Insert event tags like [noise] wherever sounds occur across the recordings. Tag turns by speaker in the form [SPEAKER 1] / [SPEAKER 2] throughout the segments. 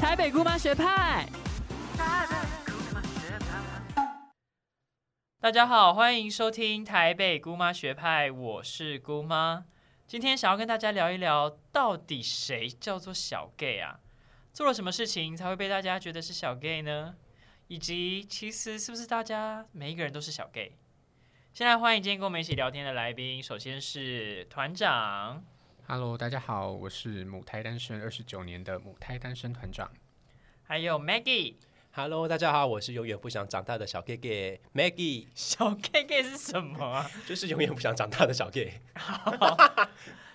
[SPEAKER 1] 台北姑妈学派。
[SPEAKER 2] 大家好，欢迎收听台北姑妈学派，我是姑妈。今天想要跟大家聊一聊，到底谁叫做小 gay 啊？做了什么事情才会被大家觉得是小 gay 呢？以及其实是不是大家每一个人都是小 gay？现在欢迎今天跟我们一起聊天的来宾，首先是团长，
[SPEAKER 3] Hello，大家好，我是母胎单身二十九年的母胎单身团长。
[SPEAKER 2] 还有 Maggie。
[SPEAKER 4] Hello，大家好，我是永远不想长大的小 gay gay Maggie，
[SPEAKER 2] 小 gay gay 是什么啊？
[SPEAKER 4] 就是永远不想长大的小
[SPEAKER 3] [laughs]
[SPEAKER 4] gay。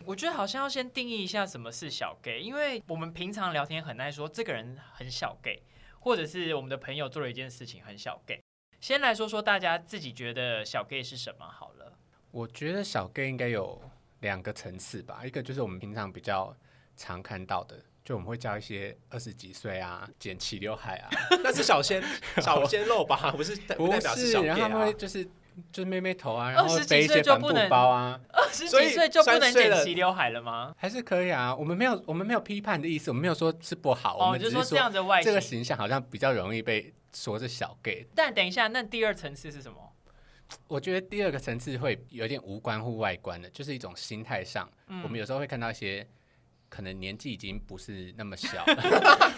[SPEAKER 2] 我觉得好像要先定义一下什么是小 gay，因为我们平常聊天很爱说这个人很小 gay，或者是我们的朋友做了一件事情很小 gay。先来说说大家自己觉得小 gay 是什么好了。
[SPEAKER 3] 我觉得小 gay 应该有两个层次吧，一个就是我们平常比较常看到的，就我们会叫一些二十几岁啊，剪齐刘海
[SPEAKER 2] [laughs]
[SPEAKER 3] 啊，
[SPEAKER 4] 那是
[SPEAKER 3] [laughs]
[SPEAKER 4] 小鲜小鲜肉吧？不是，不代表小 gay
[SPEAKER 3] 然后他们
[SPEAKER 4] 啊
[SPEAKER 3] 会。就是就是妹妹头啊，然后
[SPEAKER 2] 20
[SPEAKER 3] 背
[SPEAKER 2] 几
[SPEAKER 3] 一
[SPEAKER 2] 岁
[SPEAKER 3] 些
[SPEAKER 2] 就
[SPEAKER 3] 帆
[SPEAKER 2] 不
[SPEAKER 3] 布
[SPEAKER 2] 能
[SPEAKER 3] 包啊，
[SPEAKER 2] 二十
[SPEAKER 4] 所
[SPEAKER 2] 几
[SPEAKER 4] 以
[SPEAKER 2] 岁就不能
[SPEAKER 4] 三岁
[SPEAKER 2] 剪
[SPEAKER 4] 了
[SPEAKER 2] 齐刘海了吗？
[SPEAKER 3] 还是可以啊。我们没有我们没有批判的意思，我们没有说是不好，我
[SPEAKER 2] 哦，
[SPEAKER 3] 们
[SPEAKER 2] 就
[SPEAKER 3] 只
[SPEAKER 2] 是说
[SPEAKER 3] 是
[SPEAKER 2] 这样子的外
[SPEAKER 3] 这
[SPEAKER 2] 形。
[SPEAKER 3] 个形象好像比较容易被说是小 gay。
[SPEAKER 2] 但等一下，那第二层次是什么？
[SPEAKER 3] 我觉得第二个层次会有点无关乎外观的，就是一种心态上，
[SPEAKER 4] 嗯
[SPEAKER 3] 我们有时候会看到一些可能年纪已经不是那么
[SPEAKER 4] [laughs]
[SPEAKER 3] 小，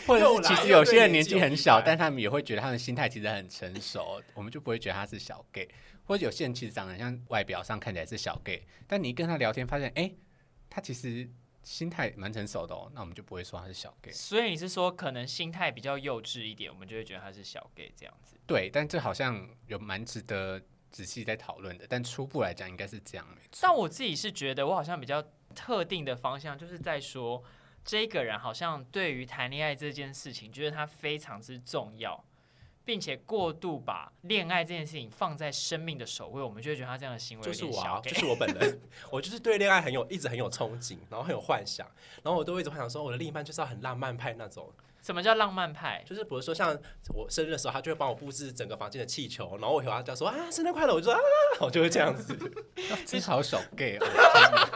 [SPEAKER 3] 或者
[SPEAKER 4] 又
[SPEAKER 3] 是
[SPEAKER 4] 来
[SPEAKER 3] 其实
[SPEAKER 4] 又
[SPEAKER 3] 有
[SPEAKER 4] 对
[SPEAKER 3] 些人
[SPEAKER 4] 年
[SPEAKER 3] 年
[SPEAKER 4] 纪
[SPEAKER 3] 纪
[SPEAKER 4] 有
[SPEAKER 3] 很
[SPEAKER 4] 批
[SPEAKER 3] 小，
[SPEAKER 4] 判
[SPEAKER 3] 但他们也会觉得他们心态其实很成熟，我们就不会觉得他是小 gay，或者有些人其实长得像外表上看起来是小 gay，但你一跟他聊天发现，哎、他其实心态蛮成熟的哦，那我们就不会说他是小 gay。
[SPEAKER 2] 所以你是说可能心态比较幼稚一点，我们就会觉得他是小 gay 这样子。
[SPEAKER 3] 对，但这好像有蛮值得仔细在讨论的，但初步来讲应该是这样没错。
[SPEAKER 2] 但我自己是觉得，我好像比较特定的方向，就是在说这个人好像对于谈恋爱这件事情，觉得他非常之重要，并且过度把恋爱这件事情放在生命的首位，我们就会觉得他这样的行为
[SPEAKER 4] 就
[SPEAKER 2] 有
[SPEAKER 4] 是
[SPEAKER 2] 点
[SPEAKER 4] 我、
[SPEAKER 2] 小
[SPEAKER 4] 啊，
[SPEAKER 2] 给。
[SPEAKER 4] 就是我本
[SPEAKER 3] [laughs]
[SPEAKER 4] 人，我就是对恋爱很有，一直很有憧憬，然后很有幻想，然后我都会一直幻想说，我的另一半就是要很浪漫派那种，
[SPEAKER 2] 什么叫浪漫派？
[SPEAKER 4] 就是比如说像我生日的时候，他就会帮我布置整个房间的气球，然后我回他家说啊，生日快乐，我就说啊，我就会这样子。
[SPEAKER 3] 至少小 gay 哦。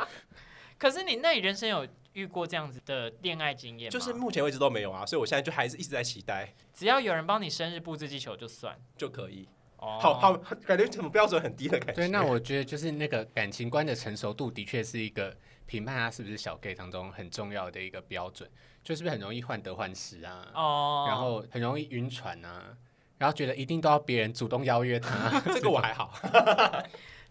[SPEAKER 2] 可是你那你人生有遇过这样子的恋爱经验吗？
[SPEAKER 4] 就是目前为止都没有啊，所以我现在就还是一直在期待
[SPEAKER 2] 只要有人帮你生日布置气球就算。
[SPEAKER 4] 就可以。
[SPEAKER 2] 哦，
[SPEAKER 4] 好好，感觉怎么标准很低的感觉。
[SPEAKER 3] 对，那我觉得就是那个感情观的成熟度，的确是一个评判他是不是小 gay 当中很重要的一个标准，就是不是很容易患得患失啊，
[SPEAKER 2] 哦，
[SPEAKER 3] 然后很容易晕船啊，然后觉得一定都要别人主动邀约
[SPEAKER 4] [laughs]
[SPEAKER 3] 他。
[SPEAKER 4] [laughs] 这个我
[SPEAKER 3] [laughs]
[SPEAKER 4] 还好，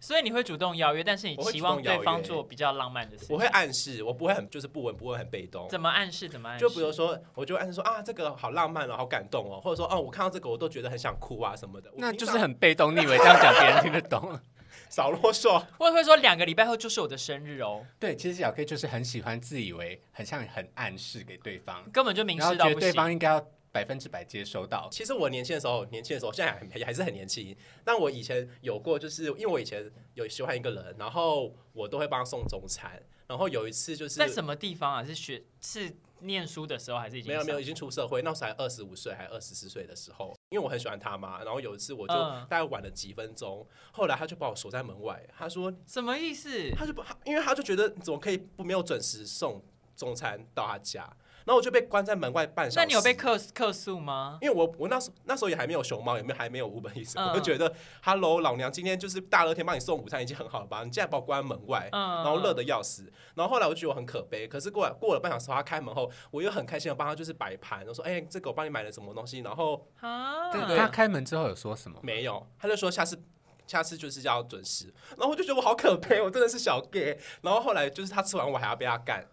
[SPEAKER 2] 所以你会主动邀约，但是你
[SPEAKER 4] 我会
[SPEAKER 2] 期
[SPEAKER 4] 主动
[SPEAKER 2] 望对
[SPEAKER 4] 邀
[SPEAKER 2] 方
[SPEAKER 4] 约
[SPEAKER 2] 做比较浪漫的事情。
[SPEAKER 4] 我会暗示，我不会很就是不闻不问很被动。
[SPEAKER 2] 怎么暗示？怎么暗示？
[SPEAKER 4] 就比如说，我就会暗示说啊，这个好浪漫哦，好感动哦，或者说哦，我看到这个我都觉得很想哭啊什么的。
[SPEAKER 3] 那
[SPEAKER 4] 我平
[SPEAKER 3] 就
[SPEAKER 4] 常
[SPEAKER 3] 是很被动，你以为这样讲别人听得懂？ [laughs]
[SPEAKER 4] 少啰嗦，
[SPEAKER 2] 我也会说两个礼拜后就是我的生日哦，
[SPEAKER 3] 对，其实小 K 就是很喜欢自以为很像很暗示给对方，
[SPEAKER 2] 根本就明
[SPEAKER 3] 然后
[SPEAKER 2] 示
[SPEAKER 3] 觉
[SPEAKER 2] 到
[SPEAKER 3] 得
[SPEAKER 2] 不
[SPEAKER 3] 对
[SPEAKER 2] 行。
[SPEAKER 3] 方应该要百分之百接收到。
[SPEAKER 4] 其实我年轻的时候，年轻的时候，现在还还还是很年轻。但我以前有过，就是因为我以前有喜欢一个人，然后我都会帮他送中餐。然后有一次就是
[SPEAKER 2] 在什么地方啊？是学是念书的时候还是已经
[SPEAKER 4] 没有没有，已
[SPEAKER 2] 上
[SPEAKER 4] 经出社会，那时候才二十五岁，还二十四岁的时候，因为我很喜欢他嘛。然后有一次我就
[SPEAKER 2] 嗯
[SPEAKER 4] 大概晚了几分钟，后来他就把我锁在门外，他说
[SPEAKER 2] 什么意思？
[SPEAKER 4] 他就不，因为他就觉得你怎么可以不没有准时送中餐到他家，然后我就被关在门外半小时。
[SPEAKER 2] 那你有被？克克诉吗？
[SPEAKER 4] 因为我我那时候那时候也还没有熊猫，也没有还没有五本意思，
[SPEAKER 2] 嗯
[SPEAKER 4] 我就觉得，Hello，老娘今天就是大热天帮你送午餐已经很好了吧？你竟然把我关在门外，
[SPEAKER 2] 嗯
[SPEAKER 4] 然后热的要死。然后后来我就觉得我很可悲，可是过来过了半小时后，他开门后，我又很开心的帮他就是摆盘，我说哎、这个我帮你买了什么东西，然后
[SPEAKER 2] 啊，
[SPEAKER 3] 但他开门之后有说什么？
[SPEAKER 4] 没有，他就说下次下次就是要准时，然后我就觉得我好可悲，我真的是小 gay。然后后来就是他吃完我还要被他干，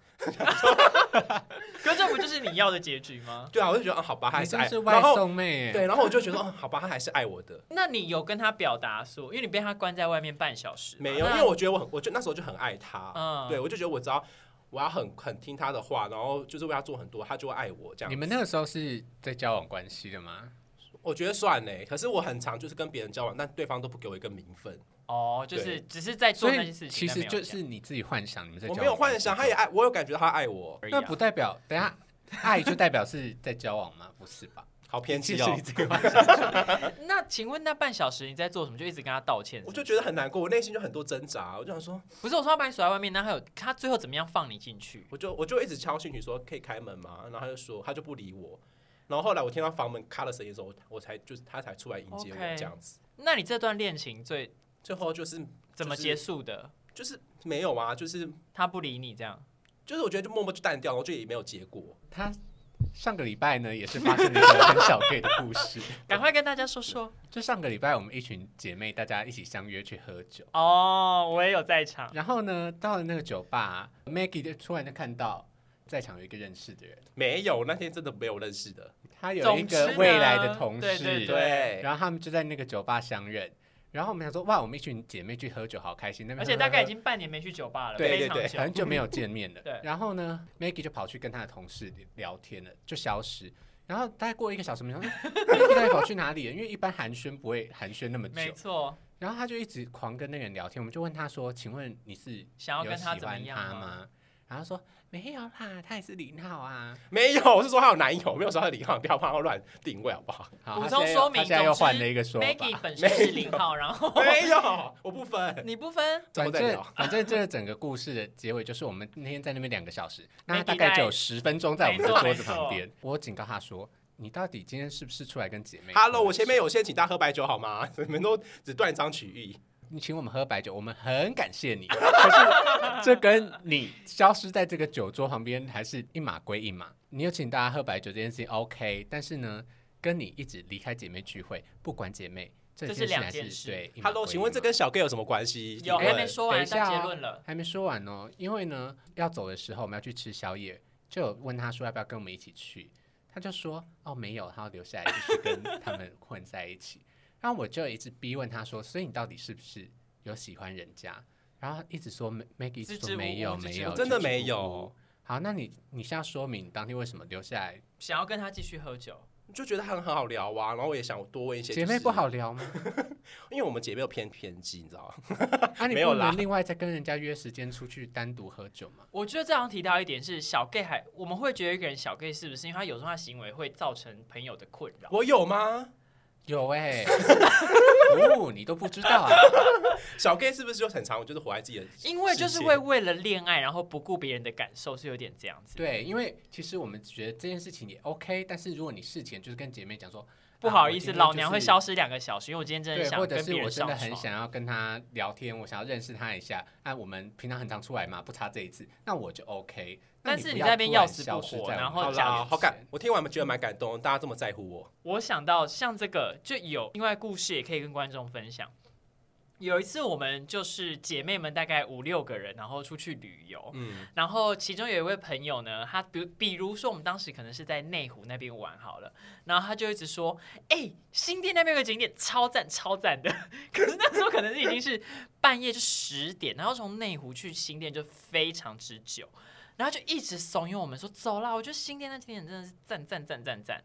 [SPEAKER 2] 可是这不就是你要的结局吗？
[SPEAKER 4] 对啊，我就觉得啊好吧，他还
[SPEAKER 3] 你
[SPEAKER 4] 是
[SPEAKER 3] 真
[SPEAKER 2] 哎
[SPEAKER 4] 爱，
[SPEAKER 3] 是外
[SPEAKER 4] 然后
[SPEAKER 3] 送妹耶。
[SPEAKER 4] 对，然后我就觉得哦、好吧，他还是爱我的。
[SPEAKER 2] 那你有跟他表达说，因为你被他关在外面半小时嘛，
[SPEAKER 4] 没有，因
[SPEAKER 3] 啊
[SPEAKER 2] 那
[SPEAKER 4] 为我觉得我很，我就那时候就很爱他，
[SPEAKER 2] 嗯
[SPEAKER 4] 对我就觉得我只要我要很很听他的话，然后就是为他做很多，他就会爱我这样。
[SPEAKER 3] 你们那个时候是在交往关系的吗？
[SPEAKER 4] 我觉得算嘞，可是我很常就是跟别人交往，但对方都不给我一个名分，
[SPEAKER 2] 哦，就是
[SPEAKER 4] 对
[SPEAKER 2] 只是在做
[SPEAKER 3] 所
[SPEAKER 2] 那些
[SPEAKER 3] 以
[SPEAKER 2] 事情，
[SPEAKER 3] 其
[SPEAKER 2] 但
[SPEAKER 3] 实
[SPEAKER 2] 没有
[SPEAKER 3] 就
[SPEAKER 2] 讲
[SPEAKER 3] 是你自己幻想，你们在
[SPEAKER 4] 我
[SPEAKER 3] 交
[SPEAKER 4] 没有
[SPEAKER 3] 往关
[SPEAKER 4] 幻
[SPEAKER 3] 系
[SPEAKER 4] 想，
[SPEAKER 3] 中
[SPEAKER 4] 他也爱，我有感觉到他爱我，
[SPEAKER 2] 而已啊
[SPEAKER 3] 那不代表等一下爱就代表是在交往吗？不是吧？
[SPEAKER 4] 好偏
[SPEAKER 3] 其 [laughs] 实
[SPEAKER 4] 激哦
[SPEAKER 3] 你。自己幻想，
[SPEAKER 2] 那请问那半小时你在做什么？就一直跟他道歉是
[SPEAKER 4] 我
[SPEAKER 2] 不是？
[SPEAKER 4] 就觉得很难过，我内心就很多挣扎，我就想说，
[SPEAKER 2] 不是我说他把你锁在外面，那还有他最后怎么样放你进去？
[SPEAKER 4] 我就我就一直敲讯息说可以开门吗？然后他就说他就不理我，然后后来我听到房门咔的声音的时候，我我才就是他才出来迎接我
[SPEAKER 2] OK
[SPEAKER 4] 这样子。
[SPEAKER 2] 那你这段恋情最
[SPEAKER 4] 最后就是
[SPEAKER 2] 怎么结束的？
[SPEAKER 4] 就是没有啊，就是
[SPEAKER 2] 他不理你这样，
[SPEAKER 4] 就是我觉得就默默就淡掉，然后就也没有结果。
[SPEAKER 3] 他上个礼拜呢，也是发生了一个很小 gay 的故事。
[SPEAKER 2] 赶快跟大家说说。
[SPEAKER 3] 就上个礼拜，我们一群姐妹大家一起相约去喝酒，
[SPEAKER 2] 哦，我也有在场，
[SPEAKER 3] 然后呢，到了那个酒吧，Maggie 就突然就看到在场有一个认识的人，
[SPEAKER 4] 没有，那天真的没有认识的。
[SPEAKER 3] 他有一
[SPEAKER 2] 总之
[SPEAKER 3] 个
[SPEAKER 2] 呢
[SPEAKER 3] 未来的同事，
[SPEAKER 2] 对对
[SPEAKER 4] 对，
[SPEAKER 3] 然后他们就在那个酒吧相认。然后我们想说，哇，我们一群姐妹去喝酒，好开心。那边
[SPEAKER 2] 而
[SPEAKER 3] 喝
[SPEAKER 2] 且大概已
[SPEAKER 3] 喝
[SPEAKER 2] 经半年没去酒吧了，
[SPEAKER 4] 对对
[SPEAKER 2] 非常
[SPEAKER 4] 对
[SPEAKER 2] 久。。
[SPEAKER 3] 很久没有见面了
[SPEAKER 2] 对
[SPEAKER 3] 然后呢，Maggie 就跑去跟她的同事聊天了，就消失。然后大概过一个小时，没想到 [laughs] Maggie 到底跑去哪里了？因为一般寒暄不会寒暄那么
[SPEAKER 2] 没
[SPEAKER 3] 久。
[SPEAKER 2] 错，
[SPEAKER 3] 然后他就一直狂跟那个人聊天，我们就问他说：“请问你是
[SPEAKER 2] 想要
[SPEAKER 3] 有
[SPEAKER 2] 跟
[SPEAKER 3] 喜
[SPEAKER 2] 他怎么
[SPEAKER 3] 欢
[SPEAKER 2] 样
[SPEAKER 3] 他
[SPEAKER 2] 啊？
[SPEAKER 3] 吗？”然后他说：“没有啦，他也是零号啊。
[SPEAKER 4] 没有，我是说她有男友，没有说她李浩，不要帮她乱定位好不好？”
[SPEAKER 3] 好，
[SPEAKER 2] 补
[SPEAKER 3] 他
[SPEAKER 2] 充
[SPEAKER 3] 现在又
[SPEAKER 2] 说明
[SPEAKER 3] 他现在
[SPEAKER 2] 总
[SPEAKER 3] 又
[SPEAKER 2] 之
[SPEAKER 3] 换了一个说法。
[SPEAKER 2] Maggie 本身是零号，然后
[SPEAKER 4] 没有，我不分。
[SPEAKER 2] 你不分，
[SPEAKER 4] 怎
[SPEAKER 3] 反
[SPEAKER 4] 么在
[SPEAKER 3] 正
[SPEAKER 4] 聊
[SPEAKER 3] 反正这整个故事的结尾就是我们那天在那边两个小时，那他
[SPEAKER 2] Maggie
[SPEAKER 3] 大概
[SPEAKER 2] 在
[SPEAKER 3] 就有十分钟在我们的
[SPEAKER 2] 没错
[SPEAKER 3] 桌子
[SPEAKER 2] 没错
[SPEAKER 3] 旁边。我警告他说：“你到底今天是不是出来跟姐妹喝酒
[SPEAKER 4] Hello，我前面有先请大家喝白酒好吗？ [laughs] 你们都只断章取义。
[SPEAKER 3] 你请我们喝白酒，我们很感谢你。 [laughs] 可是这跟你消失在这个酒桌旁边还是一码归一码。你有请大家喝白酒这件事情 OK，但是呢，跟你一直离开姐妹聚会，不管姐妹，这
[SPEAKER 2] 这是
[SPEAKER 3] 件事情
[SPEAKER 2] 两
[SPEAKER 3] 还
[SPEAKER 2] 件
[SPEAKER 3] 是
[SPEAKER 2] 事
[SPEAKER 3] 对。一码
[SPEAKER 4] Hello，
[SPEAKER 3] 归
[SPEAKER 4] 请
[SPEAKER 3] 一
[SPEAKER 4] 问这
[SPEAKER 3] 码
[SPEAKER 4] 跟小 gay 有什么关系？
[SPEAKER 2] 有
[SPEAKER 4] 请
[SPEAKER 2] 还
[SPEAKER 4] 问
[SPEAKER 2] 没说完，
[SPEAKER 3] 等一下
[SPEAKER 2] 但
[SPEAKER 3] 啊
[SPEAKER 2] 结论了。
[SPEAKER 3] 还没说完哦？因为呢，要走的时候我们要去吃宵夜，就有问他说要不要跟我们一起去，他就说哦没有，他要留下来继续跟他们混在一起。然后我就一直逼问他说，所以你到底是不是有喜欢人家？然后一直说 Maggie 一直
[SPEAKER 2] 支支
[SPEAKER 3] 说没有
[SPEAKER 2] 吾吾支
[SPEAKER 3] 没
[SPEAKER 2] 支
[SPEAKER 3] 有
[SPEAKER 2] 吾，吾
[SPEAKER 3] 支
[SPEAKER 4] 真的
[SPEAKER 3] 支
[SPEAKER 4] 没
[SPEAKER 3] 吾吾
[SPEAKER 4] 有。
[SPEAKER 3] 好，那你你现在说明你当天为什么留下来？
[SPEAKER 2] 想要跟他继续喝酒，
[SPEAKER 4] 就觉得很很好聊啊，然后我也想多问一些、
[SPEAKER 3] 姐妹不，好聊吗？
[SPEAKER 4] 因为我们姐妹有偏偏激，你知道吗？ [laughs]
[SPEAKER 3] 啊，你
[SPEAKER 4] 没有
[SPEAKER 3] 不
[SPEAKER 4] 啦
[SPEAKER 3] 能另外再跟人家约时间出去单独喝酒吗？
[SPEAKER 2] 我觉得这样提到一点是小 gay 还我们会觉得一个人小 gay 是不是因为他有时候他行为会造成朋友的困扰？
[SPEAKER 4] 我有吗？
[SPEAKER 3] 有哎、哦，你都不知道啊。
[SPEAKER 4] 小 gay 是不是就很常就是活在自己的世界？
[SPEAKER 2] 因为就是会为了恋爱，然后不顾别人的感受，是有点这样子。
[SPEAKER 3] 对，因为其实我们觉得这件事情也 OK，但是如果你事前就是跟姐妹讲说，
[SPEAKER 2] 不
[SPEAKER 3] 啊
[SPEAKER 2] 好意思，老娘会。消
[SPEAKER 3] 我
[SPEAKER 2] 失两个小时，因为我今天真
[SPEAKER 3] 今
[SPEAKER 2] 的
[SPEAKER 3] 天
[SPEAKER 2] 想
[SPEAKER 3] 就是对，或者
[SPEAKER 2] 跟
[SPEAKER 3] 是
[SPEAKER 2] 别
[SPEAKER 3] 我
[SPEAKER 2] 人
[SPEAKER 3] 真
[SPEAKER 2] 上
[SPEAKER 3] 的
[SPEAKER 2] 床。
[SPEAKER 3] 很想要跟她聊天，我想要认识她一下。啊，我们平常很常出来嘛，不差这一次，那我就 OK。
[SPEAKER 2] 但
[SPEAKER 3] 你
[SPEAKER 2] 是
[SPEAKER 3] 不
[SPEAKER 2] 你
[SPEAKER 3] 要
[SPEAKER 2] 在那边
[SPEAKER 3] 突
[SPEAKER 2] 要
[SPEAKER 3] 然
[SPEAKER 2] 死不
[SPEAKER 3] 消失
[SPEAKER 2] 活
[SPEAKER 3] 在我
[SPEAKER 2] 然
[SPEAKER 3] 们
[SPEAKER 2] 后
[SPEAKER 4] 好
[SPEAKER 3] 面
[SPEAKER 2] 假
[SPEAKER 4] 啦，好感
[SPEAKER 3] 前，
[SPEAKER 4] 我听完觉得蛮感动，大家这么在乎我，
[SPEAKER 2] 我想到像这个就有另外故事也可以跟观众分享。有一次我们就是姐妹们大概五六个人，然后出去旅游，
[SPEAKER 4] 嗯，
[SPEAKER 2] 然后其中有一位朋友呢，他比比如说我们当时可能是在内湖那边玩好了，然后他就一直说：“哎、新店那边有个景点超赞超赞的。” [laughs] 可是那时候可能是已经是半夜就十点，然后从内湖去新店就非常之久，然后就一直怂恿我们说：“走啦，我觉得新店那景点真的是赞赞赞赞赞。”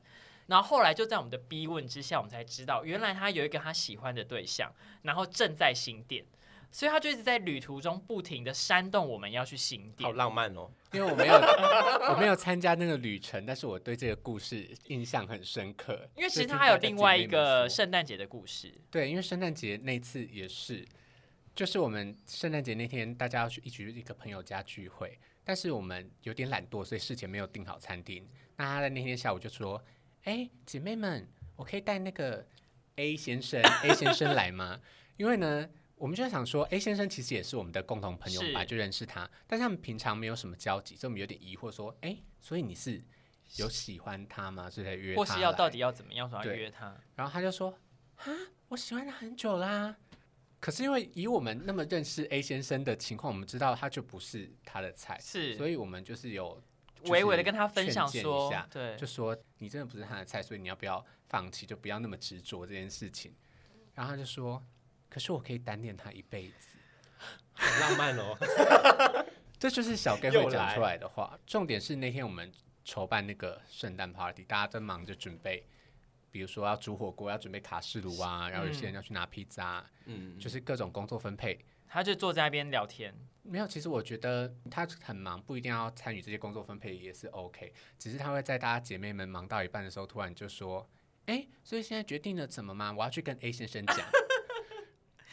[SPEAKER 2] 然后后来就在我们的逼问之下，我们才知道原来他有一个他喜欢的对象，然后正在新店。所以他就一直在旅途中不停的煽动我们要去新店
[SPEAKER 4] 好，浪漫哦。
[SPEAKER 3] [laughs] 因为我没有我没有参加那个旅程，但是我对这个故事印象很深刻。
[SPEAKER 2] 因为其
[SPEAKER 3] 就
[SPEAKER 2] 实
[SPEAKER 3] 听
[SPEAKER 2] 它还有
[SPEAKER 3] 大家
[SPEAKER 2] 另
[SPEAKER 3] 姐
[SPEAKER 2] 外
[SPEAKER 3] 妹
[SPEAKER 2] 一
[SPEAKER 3] 们
[SPEAKER 2] 个
[SPEAKER 3] 说
[SPEAKER 2] 圣诞节的故事，
[SPEAKER 3] 对，因为圣诞节那次也是，就是我们圣诞节那天大家要去一起去一个朋友家聚会，但是我们有点懒惰，所以事前没有订好餐厅。那他在那天下午就说：“哎，姐妹们，我可以带那个 A 先生 A 先生来吗？ [laughs] 因为呢。”我们就在想说，A 先生其实也是我们的共同朋友，我们
[SPEAKER 2] 是
[SPEAKER 3] 本来就认识他，但是他们平常没有什么交集，所以我们有点疑惑说，哎，所以你是有喜欢他吗？所以才约他
[SPEAKER 2] 或
[SPEAKER 3] 来，
[SPEAKER 2] 是要到底要怎么样，所以要
[SPEAKER 3] 对
[SPEAKER 2] 约他。
[SPEAKER 3] 然后他就说：“啊，我喜欢他很久啦。”可是因为以我们那么认识 A 先生的情况，我们知道他就不是他的菜，
[SPEAKER 2] 是
[SPEAKER 3] 所以我们就是有就是
[SPEAKER 2] 微微的跟他分享
[SPEAKER 3] 劝
[SPEAKER 2] 说
[SPEAKER 3] 谏一下，
[SPEAKER 2] 对
[SPEAKER 3] 就说你真的不是他的菜，所以你要不要放弃，就不要那么执着这件事情。然后他就说：“可是我可以单恋他一辈子。”
[SPEAKER 4] 很浪
[SPEAKER 2] [laughs]
[SPEAKER 4] 漫哦，
[SPEAKER 3] 这就是小 gay
[SPEAKER 4] 又
[SPEAKER 3] 会讲
[SPEAKER 4] 来
[SPEAKER 3] 出来的话。重点是那天我们筹办那个圣诞 party，大家都忙着准备，比如说要煮火锅，要准备卡式炉啊，然后有些
[SPEAKER 2] 嗯
[SPEAKER 3] 人要去拿披萨啊、
[SPEAKER 4] 嗯，
[SPEAKER 3] 就是各种工作分配。
[SPEAKER 2] 他就坐在那边聊天，
[SPEAKER 3] 没有，其实我觉得他很忙，不一定要参与这些工作分配也是 OK。只是他会在大家姐妹们忙到一半的时候，突然就说：“哎，所以现在决定了怎么吗？我要去跟 A
[SPEAKER 2] [laughs]
[SPEAKER 3] 先生讲。”